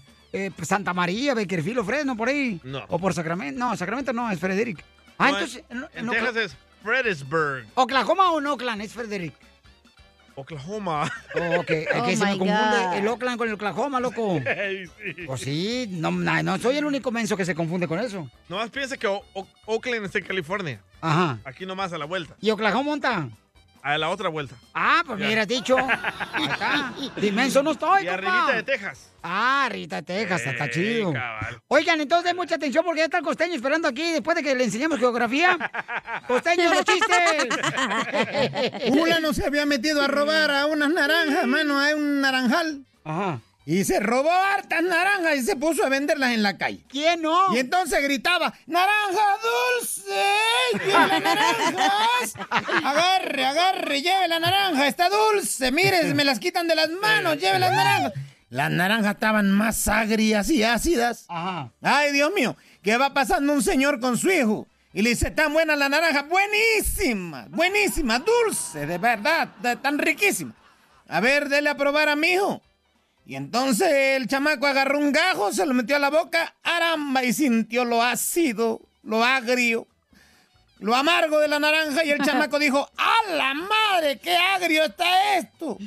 Texas. eh, pues, Santa María, Bakerfield o Fresno, por ahí. No. O por Sacramento. No, Sacramento no, es Frederick. Ah, No, entonces... En, en en Ocla- Texas es Fredericksburg. ¿Oklahoma o no Oakland? Es Frederick. Oklahoma. Oh, ok. Es que se me confunde el Oakland con el Oklahoma, Oh. loco. Pues sí, no, na- no soy el único menso que se confunde con eso. Nomás piensa que O- O- Oakland está en California. Ajá. Aquí nomás a la vuelta. ¿Y Oklahoma monta? A la otra vuelta. Ah, pues Ya. me hubieras dicho. Ahí está. Dimenso no estoy, Y compa. arribita de Texas. Ah, arribita de Texas, está Eh, chido. cabal. Oigan, entonces mucha atención porque ya está el costeño esperando aquí después de que le enseñemos geografía. ¡Costeño, los chistes! Fulano se había metido a robar a unas naranjas, mano, a un naranjal. Ajá. Y se robó hartas naranjas y se puso a venderlas en la calle. ¿Quién no? Y entonces gritaba, ¡Naranja dulce! ¡Lleve las naranjas! ¡Agarre, agarre! ¡Lleve la naranja! ¡Está dulce! ¡Mire, me las quitan de las manos! ¡Lleve las naranjas! Las naranjas estaban más agrias y ácidas. Ajá. Ay, Dios mío, que va pasando un señor con su hijo y le dice, tan buena la naranja, buenísima, buenísima, dulce, de verdad, ta- tan riquísima. A ver, dele a probar a mi hijo. Y entonces el chamaco agarró un gajo, se lo metió a la boca, aramba, y sintió lo ácido, lo agrio, lo amargo de la naranja. Y el chamaco dijo, ¡a la madre, qué agrio está esto!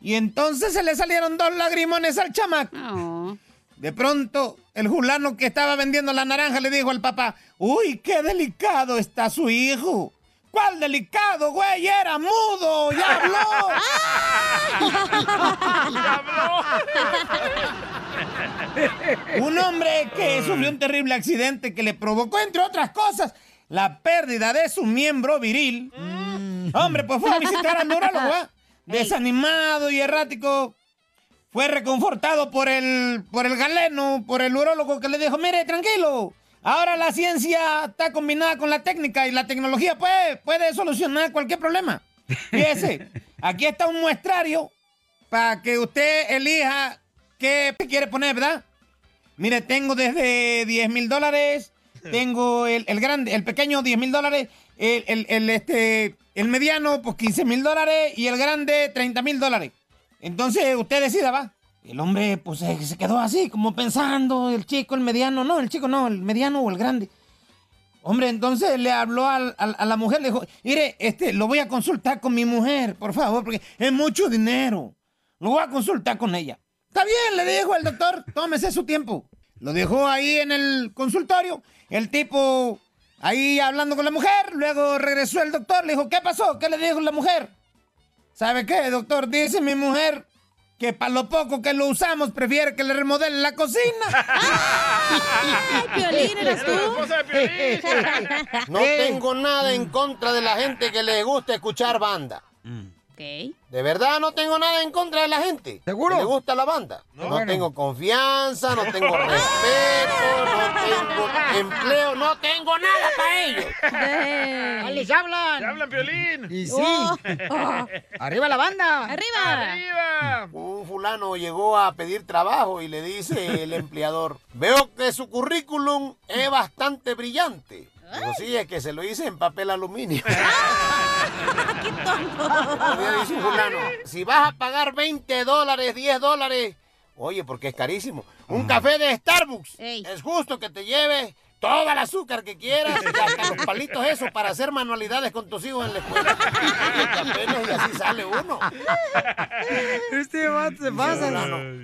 Y entonces se le salieron dos lagrimones al chamaco. De pronto, el julano que estaba vendiendo la naranja le dijo al papá, ¡Uy, qué delicado está su hijo! ¿Cuál delicado, güey? Era mudo, ya habló. un hombre que sufrió un terrible accidente que le provocó, entre otras cosas, la pérdida de su miembro viril. Hombre, pues fue a visitar al neurólogo, ¿ah? Desanimado y errático, fue reconfortado por el, por el galeno, por el urólogo que le dijo, mire, tranquilo, ahora la ciencia está combinada con la técnica y la tecnología puede, puede solucionar cualquier problema. Fíjese, aquí está un muestrario para que usted elija qué quiere poner, ¿verdad? Mire, tengo desde 10 mil dólares, tengo el, el grande, el pequeño 10 mil dólares, el, el- el, este, el mediano pues 15 mil dólares y el grande 30 mil dólares. Entonces usted decida, va. El hombre pues se, se quedó así, como pensando, el chico, el mediano, no, el chico no, el mediano o el grande. Hombre, entonces le habló al- al- a la mujer, le dijo, mire, este, lo voy a consultar con mi mujer, por favor, porque es mucho dinero. Lo voy a consultar con ella. Está bien, le dijo el doctor, tómese su tiempo. Lo dejó ahí en el consultorio, el tipo ahí hablando con la mujer, luego regresó el doctor, le dijo, ¿qué pasó? ¿Qué le dijo la mujer? ¿Sabe qué, doctor? Dice mi mujer que para lo poco que lo usamos prefiere que le remodelen la cocina. Piolín, ¿eras tú? Era la esposa de Piolín. No Eh. tengo nada en contra de la gente que le gusta escuchar banda. Mm. De verdad no tengo nada en contra de la gente. ¿Seguro? Me gusta la banda. No, tengo confianza, no tengo respeto, no tengo empleo, no tengo nada para ellos. ¡Ah, les hablan! ¡Ya hablan, Piolín! Y sí. Oh. ¡Arriba la banda! ¡Arriba! Un fulano llegó a pedir trabajo y le dice el empleador, veo que su currículum es bastante brillante. Digo, sí, es que se lo hice en papel aluminio. Ah, ¡Qué dice un fulano, si vas a pagar 20 dólares, 10 dólares, oye, porque es carísimo, un café de Starbucks, es justo que te lleves todo el azúcar que quieras y hasta los palitos esos para hacer manualidades con tus hijos en la escuela. Y apenas y así sale uno. Este vato se pasa.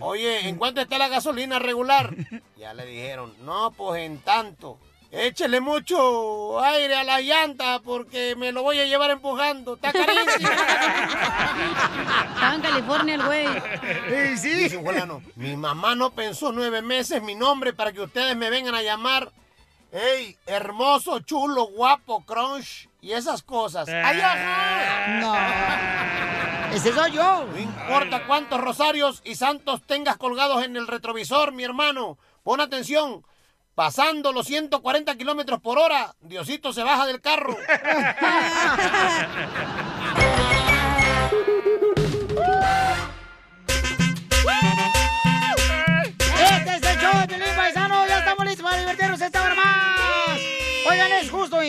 Oye, ¿en cuánto está la gasolina regular? Ya le dijeron, no, pues en tanto. Échele mucho aire a la llanta porque me lo voy a llevar empujando. Está carísimo. Estaba en California el güey. Sí, sí. Dice un fulano, mi mamá no pensó nueve meses mi nombre para que ustedes me vengan a llamar. ¡Ey, hermoso, chulo, guapo, crunch! Y esas cosas. ¡Ay, ajá! No. Ese soy yo. No importa cuántos rosarios y santos tengas colgados en el retrovisor, mi hermano. Pon atención. Pasando los 140 kilómetros por hora, Diosito se baja del carro. Este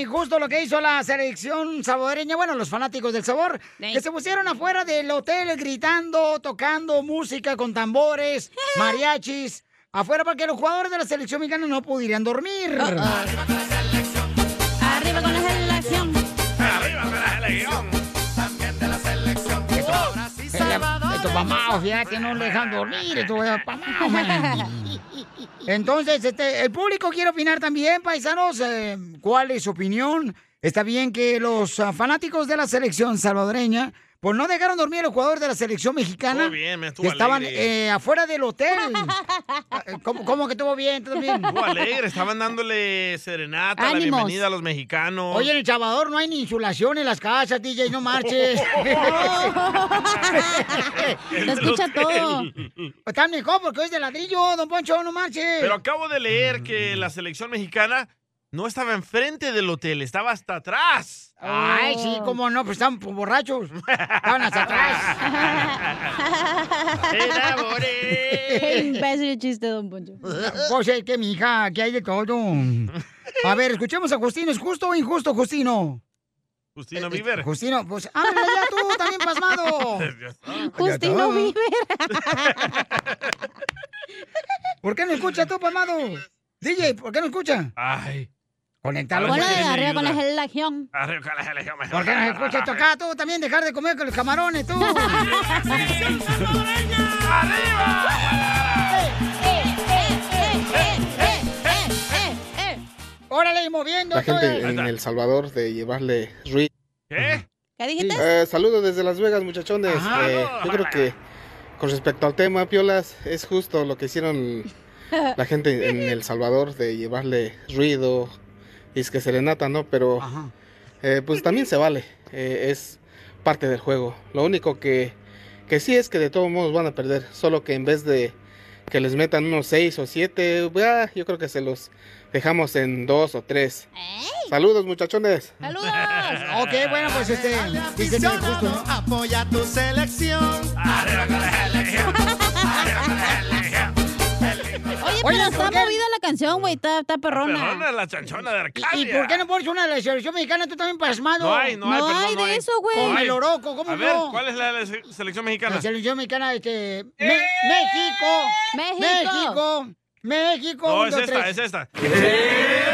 justo lo que hizo la selección salvadoreña, bueno, los fanáticos del sabor, que se pusieron afuera del hotel gritando, tocando música con tambores, mariachis, afuera para que los jugadores de la selección mexicana no pudieran dormir. Arriba con la selección. Arriba con la selección. También de la selección. Estos pamados, fíjate, no le dejan dormir, estos pamados, man. pues. Entonces, este, el público quiere opinar también, paisanos. eh, ¿Cuál es su opinión? Está bien que los ah, fanáticos de la selección salvadoreña, pues no dejaron dormir al jugador de la selección mexicana. Estuvo bien, me estuvo que estaban alegre. eh, afuera del hotel. Ah, ¿Cómo, cómo que estuvo bien? ¿Todo bien? Estuvo alegre, estaban dándole serenata, la Ánimos. bienvenida a los mexicanos. Oye, en El Salvador no hay ni insulación en las casas, DJ, no marches. Se escucha todo. Pues Está mejor porque hoy es de ladrillo, don Poncho, no marches. Pero acabo de leer Mm. que la selección mexicana no estaba enfrente del hotel, estaba hasta atrás. Oh. Ay, sí, cómo no, pues están borrachos. Estaban hasta atrás. Qué imbécil chiste, don Poncho. Pues es que, mija, aquí hay de todo. A ver, escuchemos a Justino. ¿Es justo o injusto, Justino? Justino Bieber. eh, Justino, pues ábrele ya tú, también pasmado. Justino ¿Por qué no escucha tú, pasmado? DJ, ¿por qué no escucha? Ay. Conectalo. Hola, de arriba con la selección. Arriba con la selección ¿Por qué no escucha esto acá tú? También dejar de comer con los camarones, tú. Órale, y moviendo. La gente eh. todo el- en El Salvador de llevarle ruido. ¿Qué? ¿Qué saludos desde Las Vegas, muchachones. Ajá. Eh, yo creo que con respecto al tema, Piolas, es justo lo que hicieron la gente en El Salvador de llevarle ruido, y es que serenata, ¿no? Pero eh, pues también se vale, eh, es parte del juego. Lo único que, que sí es que de todos modos van a perder, solo que en vez de que les metan unos 6 o 7, yo creo que se los dejamos en 2 o 3. Saludos muchachones. ¡Saludos! ok, bueno, pues este... Dice que es justo, ¿no? Apoya tu selección. Oye, Oye, pero ¿por está qué? movida la canción, güey. Está, está perrona. Perdona la chanchona de Arcadia. ¿Y por qué no pones una de la selección mexicana? Tú también pasmado. No hay, no, hay, perdón, no hay. Como el oroco, ¿cómo A no? ver, Eh. ¿cuál es la de la se- selección mexicana? La selección mexicana, este... Me- México. México. México. No, un, es dos, esta, tres. es esta.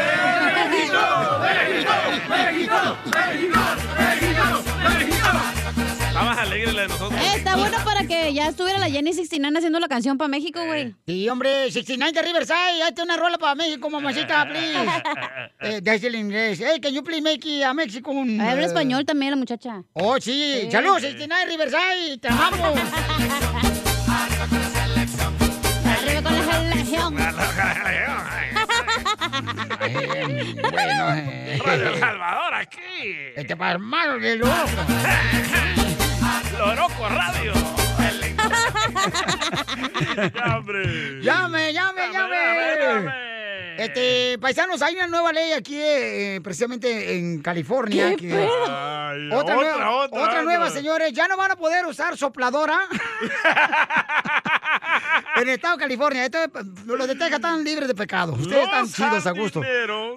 Está más alegre la de nosotros. Eh, está pues, bueno para que ya estuviera la Jenny 69 haciendo la canción para México, güey. Sí, hombre, 69 de Riverside, hazte una rola para México, mamacita, please. eh, desde el inglés. Hey, can you please make it a Mexico? Habla español también la muchacha. Oh, sí. Sí. Saludos, este, 69 de Riverside, te amamos. Arriba con la selección. bueno, eh. Radio El Salvador aquí. Este palmaro de loco. Loroco Radio. Llame, llame, llame. Este, paisanos, hay una nueva ley aquí, eh, precisamente en California. que- Ay, otra, nueva, otra, nueva, señora. señores. Ya no van a poder usar sopladora. en el estado de California. Esto es- los de Texas están libres de pecado. Ustedes están chidos a gusto.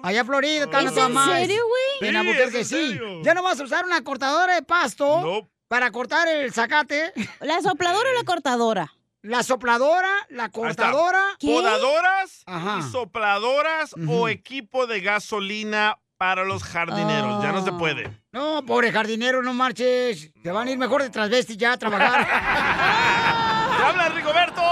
Allá en Florida están ¿Es a toda en madre. serio, güey? En Sí, Albuquerque es en sí. serio. Ya no vas a usar una cortadora de pasto para cortar el zacate. Eh. ¿La sopladora o la cortadora? La sopladora, la cortadora. Podadoras Ajá. y sopladoras o equipo de gasolina para los jardineros. Ya no se puede. Ah. No, pobre jardinero, no marches. Te van a ir mejor de transvesti ya a trabajar. ¡Habla, Rigoberto!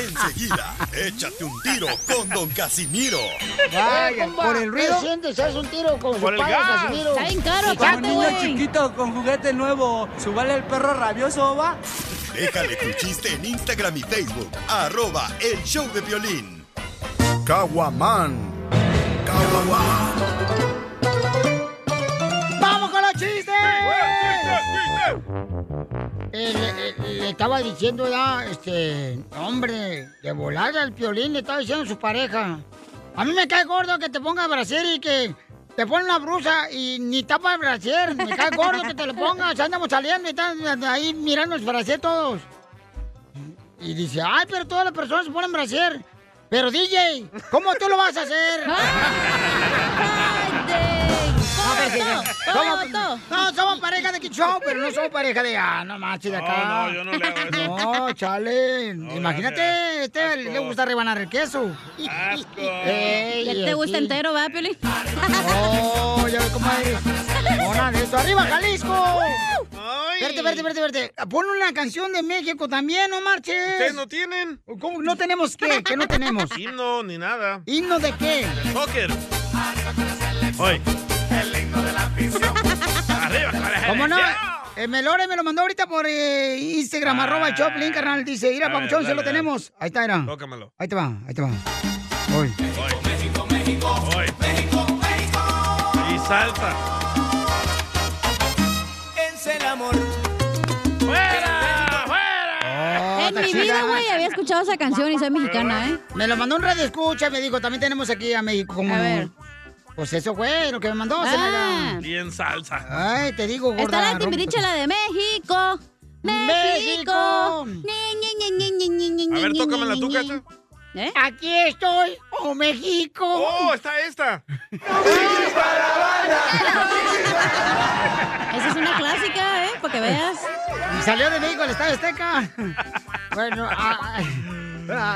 Enseguida, échate un tiro con Don Casimiro. Vaya, por el ruido. ¿Sabes un tiro con Por el padre, gas. Casimiro? Está bien caro, Como aparte, niño güey. Chiquito con juguete nuevo, subale el perro rabioso, va. Déjale tu chiste en Instagram y Facebook. Arroba el show de violín. Caguaman. ¡Vamos con los chistes! Eh, le, eh, le estaba diciendo ya, este, hombre, de volada el piolín, le estaba diciendo a su pareja. A mí me cae gordo que te ponga brasier y que te pone la brusa y ni tapa el brasier. Me cae gordo que te lo pongas, andamos saliendo y están ahí mirando el brasier todos. Y dice, ay, pero todas las personas se ponen brasier. Pero DJ, ¿cómo tú lo vas a hacer? sí, sí. votó, todo Somos- votó. No, somos pareja de Quichón, pero no somos pareja de. Ah, no manches, de acá. No, no, yo no le hago eso. No, chale. Imagínate, este le gusta rebanar el queso. Asco. ¿Ya te gusta entero, va, Piolín? No, ya ve cómo eres. Mona de eso. ¡Arriba, Jalisco! Verte, verte, verte, verte. Pon una canción de México también, no marches. ¿Ustedes no tienen? ¿Cómo? ¿No tenemos qué? ¿Qué no tenemos? Himno ni nada. ¿Himno de qué? Soccer. Hoy. Arriba, Corea. ¿Cómo no? El Melore me lo mandó ahorita por eh, Ah. Instagram, arroba el Choplin, carnal. Dice, mira, A ver, papuchón, se dale, lo dale. tenemos. Ahí está, mira. Tócamelo. Ahí te va, ahí te va. Hoy. México, México, México, México. Y salta. Es el amor. ¡Fuera! ¡Fuera! En mi vida, güey, había escuchado esa canción y soy mexicana, ¿eh? Me lo mandó un radio escucha, me dijo, también tenemos aquí a México como... A ver. Pues eso fue lo que me mandó, Ah. Zenaida. Bien salsa. Ay, te digo, gorda. Está la de rompe- Timbiriche, la de México. México. México. A ver, tócamela tú, Cacha. ¿Eh? Aquí estoy, oh México. Oh, está esta. Esa es una clásica, ¿eh? Para que veas. Salió de México el Estadio Azteca. bueno, ah, ah,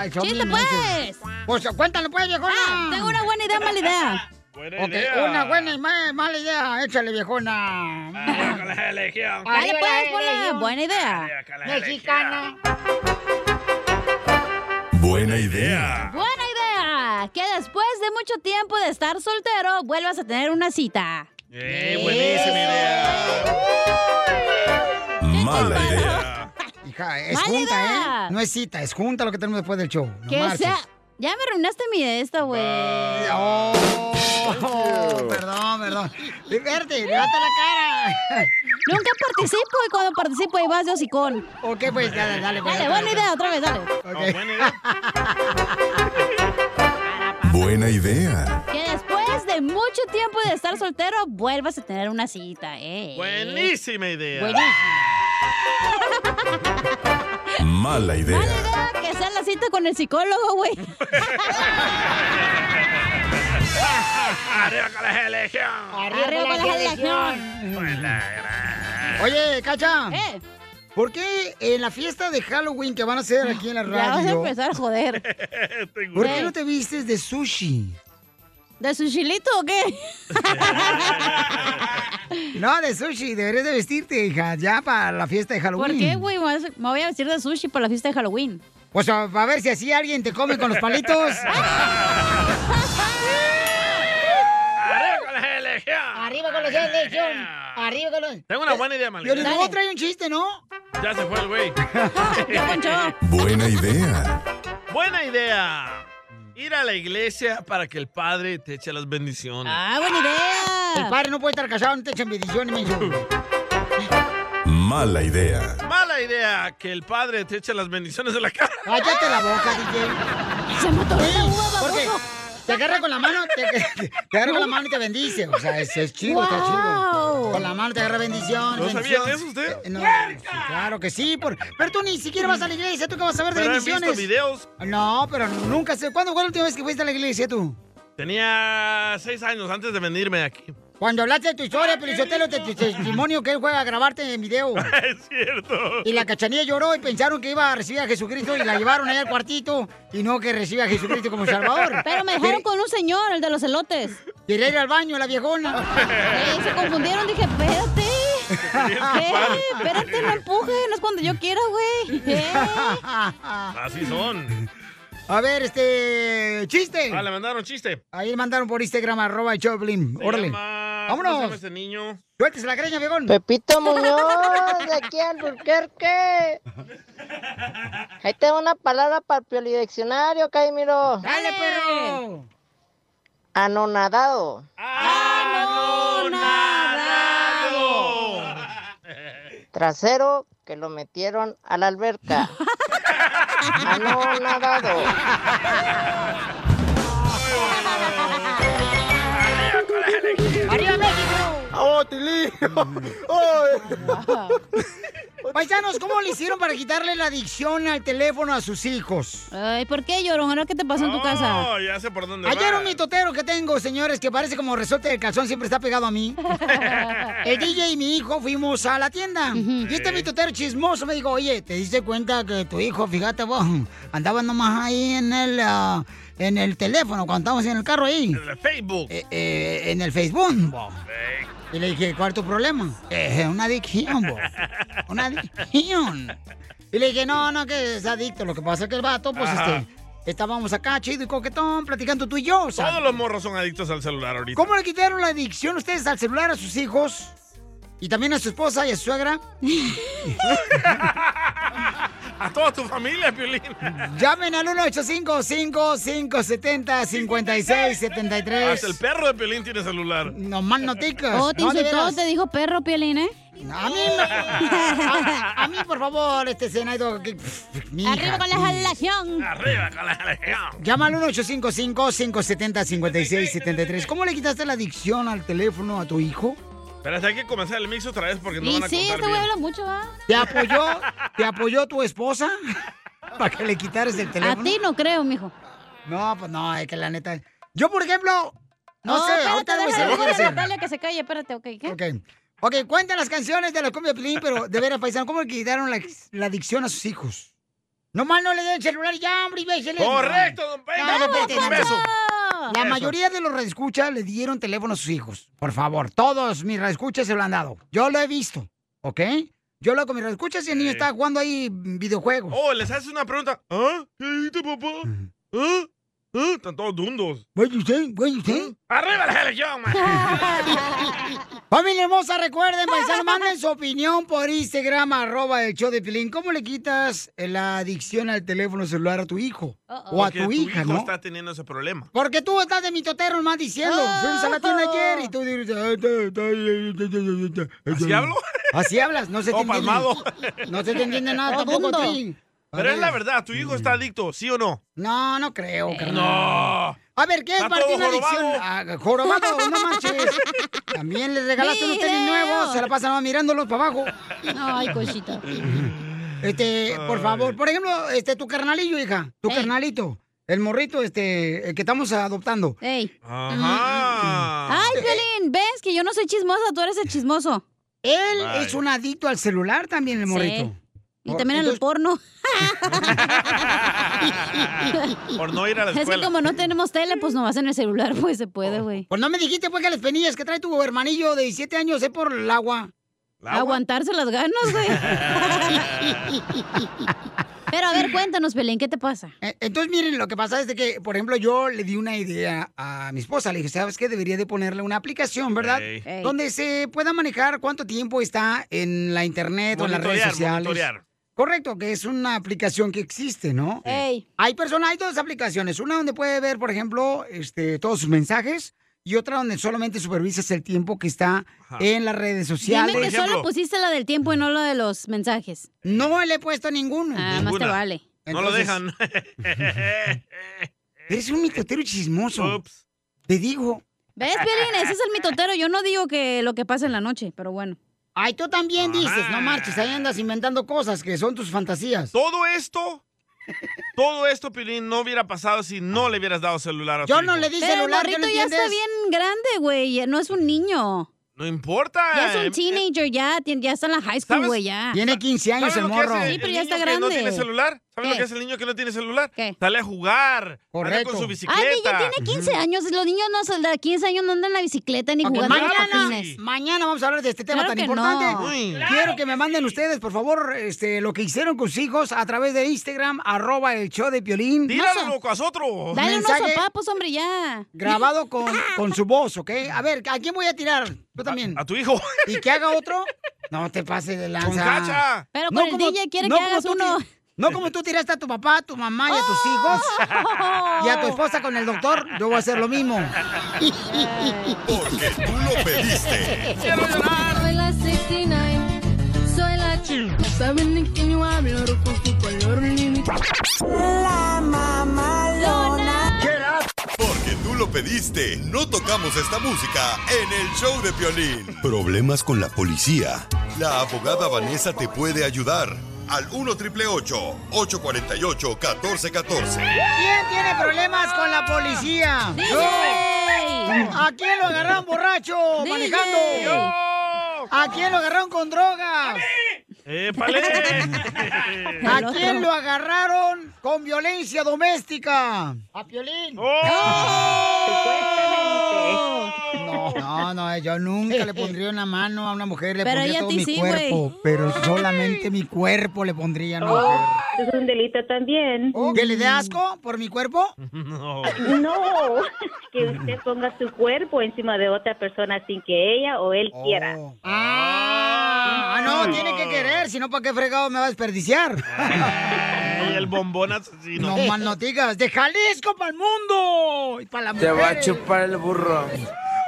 ay, Choplin, ¡Chiste, no pues! Pues cuéntalo, pues, viejona. Ah, tengo una buena idea, mala idea. Ok, una buena y ma- mala idea. Échale, viejona. Ah, Dale, pues, ponla. Buena idea. Mexicana. Buena idea. Buena idea. Que después de mucho tiempo de estar soltero, vuelvas a tener una cita. Eh, buenísima idea. Mala pues. idea. Hija, es Mala junta, idea. ¿eh? No es cita, es junta lo que tenemos después del show. No que marches. sea... Ya me arruinaste mi de esta, güey. Oh, perdón, perdón. Verte, levanta la cara. Nunca participo y cuando participo ahí vas de hocicón. Ok, pues dale, dale. Dale, buena idea, otra vez, dale. Buena idea. Que después de mucho tiempo de estar soltero, vuelvas a tener una cita, eh. Buenísima idea. Buenísima. Mala idea. Que sea la cita con el psicólogo, güey. Arriba con la Pues selección. Arriba con la selección. Oye, Cacha. ¿Por qué en la fiesta de Halloween que van a hacer aquí en la Ya radio? vas a empezar a joder. ¿Por qué no te vistes de sushi? ¿De sushilito o qué? No, de sushi, deberías de vestirte, hija, ya para la fiesta de Halloween. ¿Por qué, güey? Me vas- Me voy a vestir de sushi para la fiesta de Halloween. O sea, a ver si así alguien te come con los palitos. Arriba con la selección. Arriba con la selección. Ah. Arriba con los... Tengo una buena idea, Yo mala les idea. voy a traer un chiste, ¿no? Ya se fue el güey. Buena idea. Buena idea. Ir a la iglesia para que el padre te eche las bendiciones. Ah, buena idea. El padre no puede estar casado, no te echen bendiciones, menso. Mala idea. Mala idea que el padre te eche las bendiciones de la cara. Cállate la boca, DJ. Se mató la Porque te agarra con la mano, te, te agarra con la mano y te bendice. O sea, es, es chido, está chido. Con la mano te agarra bendición. ¿No sabía bendición. eso usted? Eh, no, sí, claro que sí, por- pero tú ni siquiera vas a la iglesia, tú que vas a ver de Pero he bendiciones. visto videos. No, pero nunca sé. ¿Cuándo fue la última vez que fuiste a la iglesia tú? Tenía seis años antes de venirme aquí. Cuando hablaste de tu historia, Pelizotelo, de tu testimonio que él juega a grabarte en video. Es cierto. Y la cachanilla lloró y pensaron que iba a recibir a Jesucristo y la llevaron allá al cuartito y no que reciba a Jesucristo como Salvador. Pero me dejaron con un señor, el de los elotes. Quería ir al baño, la viejona. Eh, se confundieron, dije, espérate. Eh, espérate, no empuje, no es cuando yo quiera, güey. Eh. Así son. A ver, este. ¡Chiste! Ah, le mandaron chiste. Ahí mandaron por Instagram, arroba el Choplin. Se Órale. llama- ¿cómo se llama Vámonos. este niño? Suéltese la greña, viejón. Pepito Muñoz, de aquí al Burquerque. Ahí tengo una palabra para el piolidiccionario, Caimiro. ¡Dale, perro! Anonadado. Trasero que lo metieron a la alberca. Anonadado. ¡Arriba México! ¡Oh, botilillo. Paisanos, ¿cómo le hicieron para quitarle la adicción al teléfono a sus hijos? Ay, ¿por qué llorón? ¿Qué te pasó en tu casa? No, Oh, ya sé por dónde Ayer va. un mitotero que tengo, señores, que parece como resorte del calzón, siempre está pegado a mí. El DJ y mi hijo fuimos a la tienda. Y este mitotero chismoso me dijo, oye, ¿te diste cuenta que tu hijo, fíjate vos, andaba nomás ahí en el, ah, en el teléfono, cuando estábamos en el carro ahí? En el Facebook. en el Facebook. bo". Y le dije, ¿cuál es tu problema? "Eh, una adicción, bo. Una adicción. Y le dije, no, no, que es adicto. Lo que pasa es que el vato, pues, Ajá. este, estábamos acá, chido y coquetón, platicando tú y yo. o sea, Todos los morros son adictos al celular ahorita. ¿Cómo le quitaron la adicción ustedes al celular a sus hijos? Y también a su esposa y a su suegra. A toda tu familia, Piolín. Llamen al 1-855-570-5673. Hasta el perro de Piolín tiene celular. No más noticas. Oh, te No, de insultó, veras. te dijo perro, Piolín, ¿eh? A mí, me- a, a mí, por favor, este Zenaido. que- mija, Arriba con la mija. jalación. Arriba con la jalación. Llama al 1-855-570-5673. ¿Cómo le quitaste la adicción al teléfono a tu hijo? Espérate, hay que comenzar el mix otra vez porque no y van a sí, contar este bien. güey habla mucho, ¿va? ¿Te apoyó, ¿te apoyó tu esposa para que le quitaras el teléfono? A ti no creo, mijo. Ah. No, pues no, es que la neta. Yo, por ejemplo, no sé, Oh, espérate, ahorita debo déjale, saber qué déjale a hacer. Natalia que se calle, espérate, ok, ¿qué? Ok. Ok, cuenta las canciones de la cumbia Pilín, pero de veras, paisano, ¿cómo le quitaron la, la adicción a sus hijos? Nomás no le den celular ya, hombre, y véjele. Correcto, don Pepe. No, no, espérate, Bravo, no, Poncho. no. La Eso. mayoría de los reescuchas le dieron teléfono a sus hijos. Por favor, todos mis reescuchas se lo han dado. Yo lo he visto, ¿ok? Yo lo hago con mis reescuchas y el niño está jugando ahí videojuegos. Oh, les haces una pregunta. ¿Ah? ¿Qué dijiste, papá? ¿Ah? ¿Ah? Están todos dundos. ¿Ah? Güey, usted, güey, usted. ¡Arriba la religión, man! Familia hermosa, recuerden, paisanos, manden su opinión por Instagram, arroba el show de Pilín. ¿Cómo le quitas la adicción al teléfono celular a tu hijo? O a Porque tu, hija, hijo ¿no? está teniendo ese problema. Porque tú estás de mitotero nomás diciendo, fuimos a la tienda ayer y tú dices... "Ay, ay, ay, ay, ay, ay, ay, ay". ¿Así hablo? Así hablas, no se te Oh, entiende. palmado. No se te entiende nada Oh, tampoco a dundo. ti. Mm. Pero es la verdad, tu hijo está adicto, ¿sí o no? No, no Eh, creo, carnal. No. A ver, ¿qué es Está para ti todo una adicción? Ah, jorobado, no manches. También le regalaste unos tenis Video. nuevos, se la pasan nomás mirándolos para abajo. Ay, cosita. Este, por Ay. favor, por ejemplo, este, tu carnalillo, hija, tu carnalito, el morrito, este, el que estamos adoptando. Ey. Ajá. Ay, Piolín, ves que yo no soy chismosa, tú eres el chismoso. Él es un adicto al celular también, el morrito. Y también al Entonces- porno. Por no ir a la Es que escuela. Oh. como no tenemos tele, pues nomás en el celular, pues se puede, güey. Pues no me dijiste, pues, que las penillas que trae tu hermanillo de 17 años es por el agua. Aguantarse las ganas, güey. Pero a ver, cuéntanos, Belén, ¿qué te pasa? Eh, Entonces, miren, lo que pasa es de que, por ejemplo, yo le di una idea a mi esposa. Le dije, ¿sabes qué? Debería de ponerle una aplicación, ¿verdad? Ey. Ey. Donde se pueda manejar cuánto tiempo está en la internet o en las redes Monitorear, sociales. monitorear. Correcto, que es una aplicación que existe, ¿no? Hay personas, hay dos aplicaciones. Una donde puede ver, por ejemplo, este, todos sus mensajes y otra donde solamente supervisas el tiempo que está en las redes sociales. Dime que solo pusiste la del tiempo y no lo de los mensajes. No le he puesto ninguno. Ah, más te Ninguna. vale. No lo Entonces- dejan. Eres un mitotero chismoso. Te digo. ¿Ves, Piolín? Ese es el mitotero. Yo no digo que lo que pasa en la noche, pero bueno. Ay, tú también dices, no marches, ahí andas inventando cosas que son tus fantasías. Todo esto, todo esto, Piolín, no hubiera pasado si no le hubieras dado celular a tu hijo. Pero el morrito ya está bien grande, güey. ya No es un niño. No importa. em. Ya es un teenager, ya, tien- ya está en la high school, güey, ya. Tiene 15 años el ¿Sabes lo que morro. hace Sí, pero el ya niño está que no grande. tiene celular? ¿Sabes lo ¿Qué? que hace el niño que no tiene celular? Sale a jugar. Sale con su bicicleta. Ay, Ah, ya tiene 15 años. Los niños no, son de 15 años no andan en la bicicleta ni Ok, jugando a los mañana, patines. mañana vamos a hablar de este tema Claro tan que importante. no. Uy. Quiero que me manden ustedes, por favor, este, lo que hicieron con sus hijos a través de Instagram, arroba el show de Piolín. Tíralo, loco, a otro. Dale unos Mensaje sopapos, hombre, ya. grabado con, con su voz, ¿ok? A ver, ¿a quién voy a tirar? Tú también. A, tu hijo. ¿Y que haga otro? No te pases de lanza. Con cacha. Pero con el DJ quiere que hagas tú uno. Oh. ti- No como tú tiraste a tu papá, a tu mamá y a tus hijos y a tu esposa con el doctor, yo voy a hacer lo mismo. Porque tú lo pediste. Soy la 69, soy la chica. Saben de quién yo hablo, rojo, su color, límite. La mamalona. Porque tú lo lo pediste. No tocamos esta música en el show de Piolín. Problemas con la policía. La abogada Vanessa te puede ayudar. Al 1 triple 848 1414. ¿Quién tiene problemas con la policía? ¡DJ! ¿A quién lo agarraron borracho ¡DJ! manejando? ¡Yo! ¿A quién lo agarraron con drogas? ¿A quién lo agarraron con violencia doméstica? A Piolín. No, no, no, yo nunca le pondría una mano a una mujer, le Pero ella pondría a todo ti mi sí, cuerpo, güey. pero solamente mi cuerpo le pondría a una Oh, mujer. Es un delito también. ¿Que le dé asco por mi cuerpo? No. No, que usted ponga su cuerpo encima de otra persona sin que ella o él quiera. Oh. Ah, no, tiene que querer, si no, ¿para qué fregado me va a desperdiciar? Ay, el bombón asesino. No más noticas, de Jalisco para el mundo y para la mujer. el burro.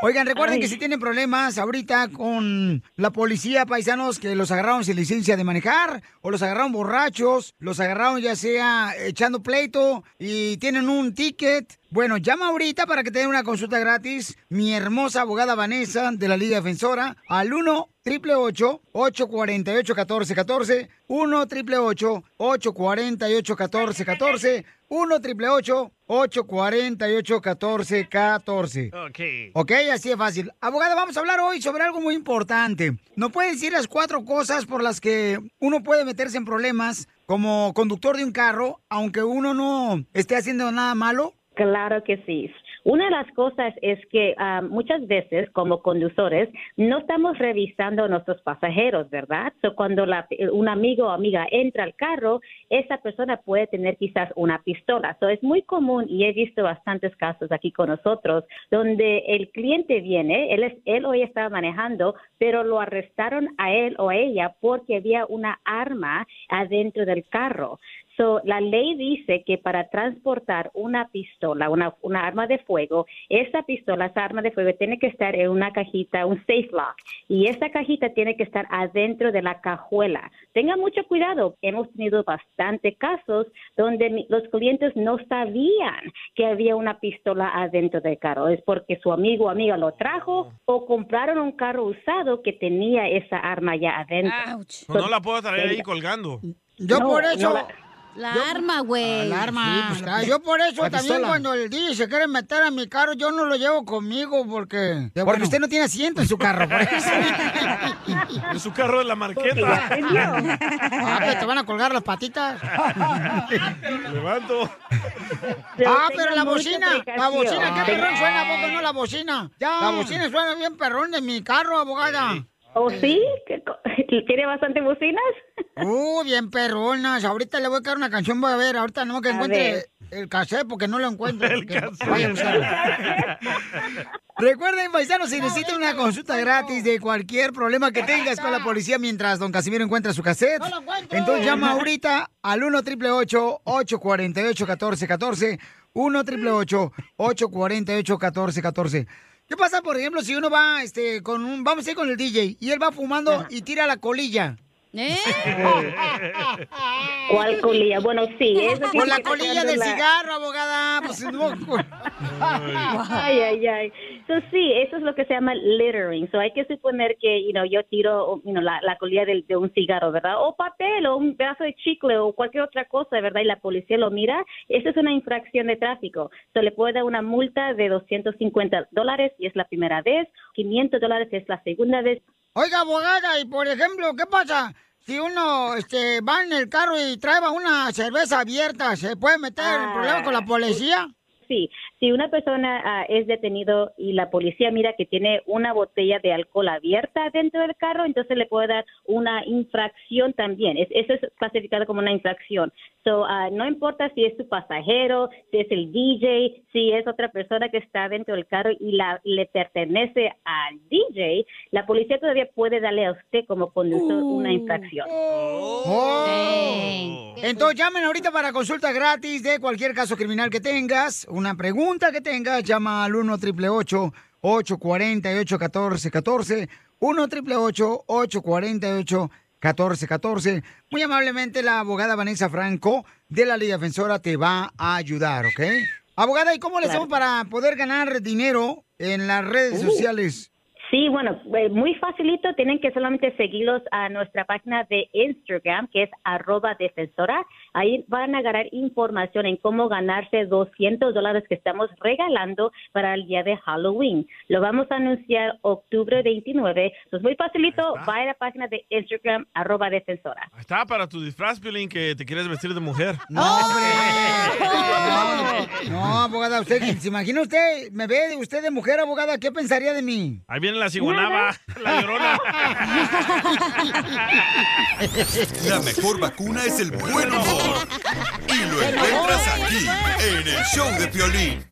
Oigan, recuerden Ay. que si tienen problemas ahorita con la policía, paisanos, que los agarraron sin licencia de manejar, o los agarraron borrachos, los agarraron ya sea echando pleito y tienen un ticket. Bueno, llama ahorita para que te den una consulta gratis. Mi hermosa abogada Vanessa de la Liga Defensora al 1 888 848 1414 1 888 848 1414 1 888 848 1414 Ok. Ok, así es fácil. Abogada, vamos a hablar hoy sobre algo muy importante. ¿No puede decir las cuatro cosas por las que uno puede meterse en problemas como conductor de un carro, aunque uno no esté haciendo nada malo? Claro que sí. Una de las cosas es que ah, muchas veces como conductores no estamos revisando a nuestros pasajeros, ¿verdad? So, cuando la- eh, un amigo o amiga entra al carro, esa persona puede tener quizás una pistola. So, es muy común y he visto bastantes casos aquí con nosotros donde el cliente viene, él, es, él o ella estaba manejando, pero lo arrestaron a él o a ella porque había una arma adentro del carro. So, la ley dice que para transportar una pistola, una, una arma de fuego, esa pistola, esa arma de fuego tiene que estar en una cajita, un safe lock, y esa cajita tiene que estar adentro de la cajuela. Tengan mucho cuidado, hemos tenido bastante casos donde mi- los clientes no sabían que había una pistola adentro del carro, es porque su amigo o amiga lo Oh. trajo o compraron un carro usado que tenía esa arma ya adentro. So, Pues No la puedo traer ahí tenga- colgando. Yo No, por eso- no la- La arma, güey. La arma. Ah, yo por eso La también pistola. cuando el DJ se quiere meter a mi carro, yo no lo llevo conmigo porque... Porque usted no tiene asiento en su carro. por eso. En su carro de la marqueta. Ah, que te van a colgar las patitas. Levanto. Pero ah, tenga pero la mucha bocina, la precaución. bocina, Ah. qué perrón suena, ¿a poco no la bocina? Ya. La bocina suena bien perrón de mi carro, abogada. ¿O sí? ¿Qué co- ¿Tiene bastante bocinas? Uh, bien perronas. Ahorita le voy a caer una canción, voy a ver, ahorita no que A encuentre ver. el cassette porque no lo encuentro. El Que cassette. vaya a buscarlo. Recuerden, paisanos, si necesitan una consulta gratis de cualquier problema que tengas con la policía mientras don Casimiro encuentra su cassette, No lo encuentro. entonces llama ahorita al 1 888 848 1414 1 888 848 1414 ¿Qué pasa, por ejemplo, si uno va este, con un... Vamos a ir con el DJ y él va fumando y tira la colilla. ¿Cuál colilla? Bueno, sí. Eso Con tiene la que colilla sacarlo del la- cigarro, abogada. Pues, no, Ay, ay, ay. So, sí, eso es lo que se llama littering. So, hay que suponer que, you know, yo tiro you know, la, la colilla del- de un cigarro, ¿verdad? O papel, o un pedazo de chicle, o cualquier otra cosa, ¿verdad? Y la policía lo mira. Eso es una infracción de tráfico. Se le puede dar una multa de 250 dólares si es la primera vez, 500 dólares si es la segunda vez. Oiga, abogada, y por ejemplo, ¿qué pasa? Si uno este, va en el carro y trae una cerveza abierta, ¿se puede meter en problemas con Ah, la policía? Sí, si una persona ah, es detenido y la policía mira que tiene una botella de alcohol abierta dentro del carro, entonces le puede dar una infracción también. Es- eso es clasificado como una infracción. So, ah, no importa si es tu pasajero, si es el DJ, si es otra persona que está dentro del carro y la, le pertenece al DJ, la policía todavía puede darle a usted como conductor una infracción. Oh. Entonces llamen ahorita para consulta gratis de cualquier caso criminal que tengas, una pregunta que tengas, llama al 1 888 848 1414 1 888 848 1414 Muy amablemente la abogada Vanessa Franco de la Liga Defensora te va a ayudar, ¿ok? Abogada, ¿y cómo le Claro. hacemos para poder ganar dinero en las redes Uh. sociales? Sí, bueno, eh, muy facilito. Tienen que solamente seguirlos a nuestra página de Instagram, que es arroba defensora. Ahí van a ganar información en cómo ganarse 200 dólares que estamos regalando para el día de Halloween. Lo vamos a anunciar octubre 29. Entonces, muy facilito. Va a la página de Instagram, arroba defensora. Está para tu disfraz, Piolín, que te quieres vestir de mujer. Eh. No, no, abogada, usted, ¿se imagina usted? ¿Me ve de usted de mujer, abogada? ¿Qué pensaría de mí? Ahí viene la ciguanaba, la llorona. La mejor vacuna es el buen humor. Y lo encuentras aquí, en el show de Piolín.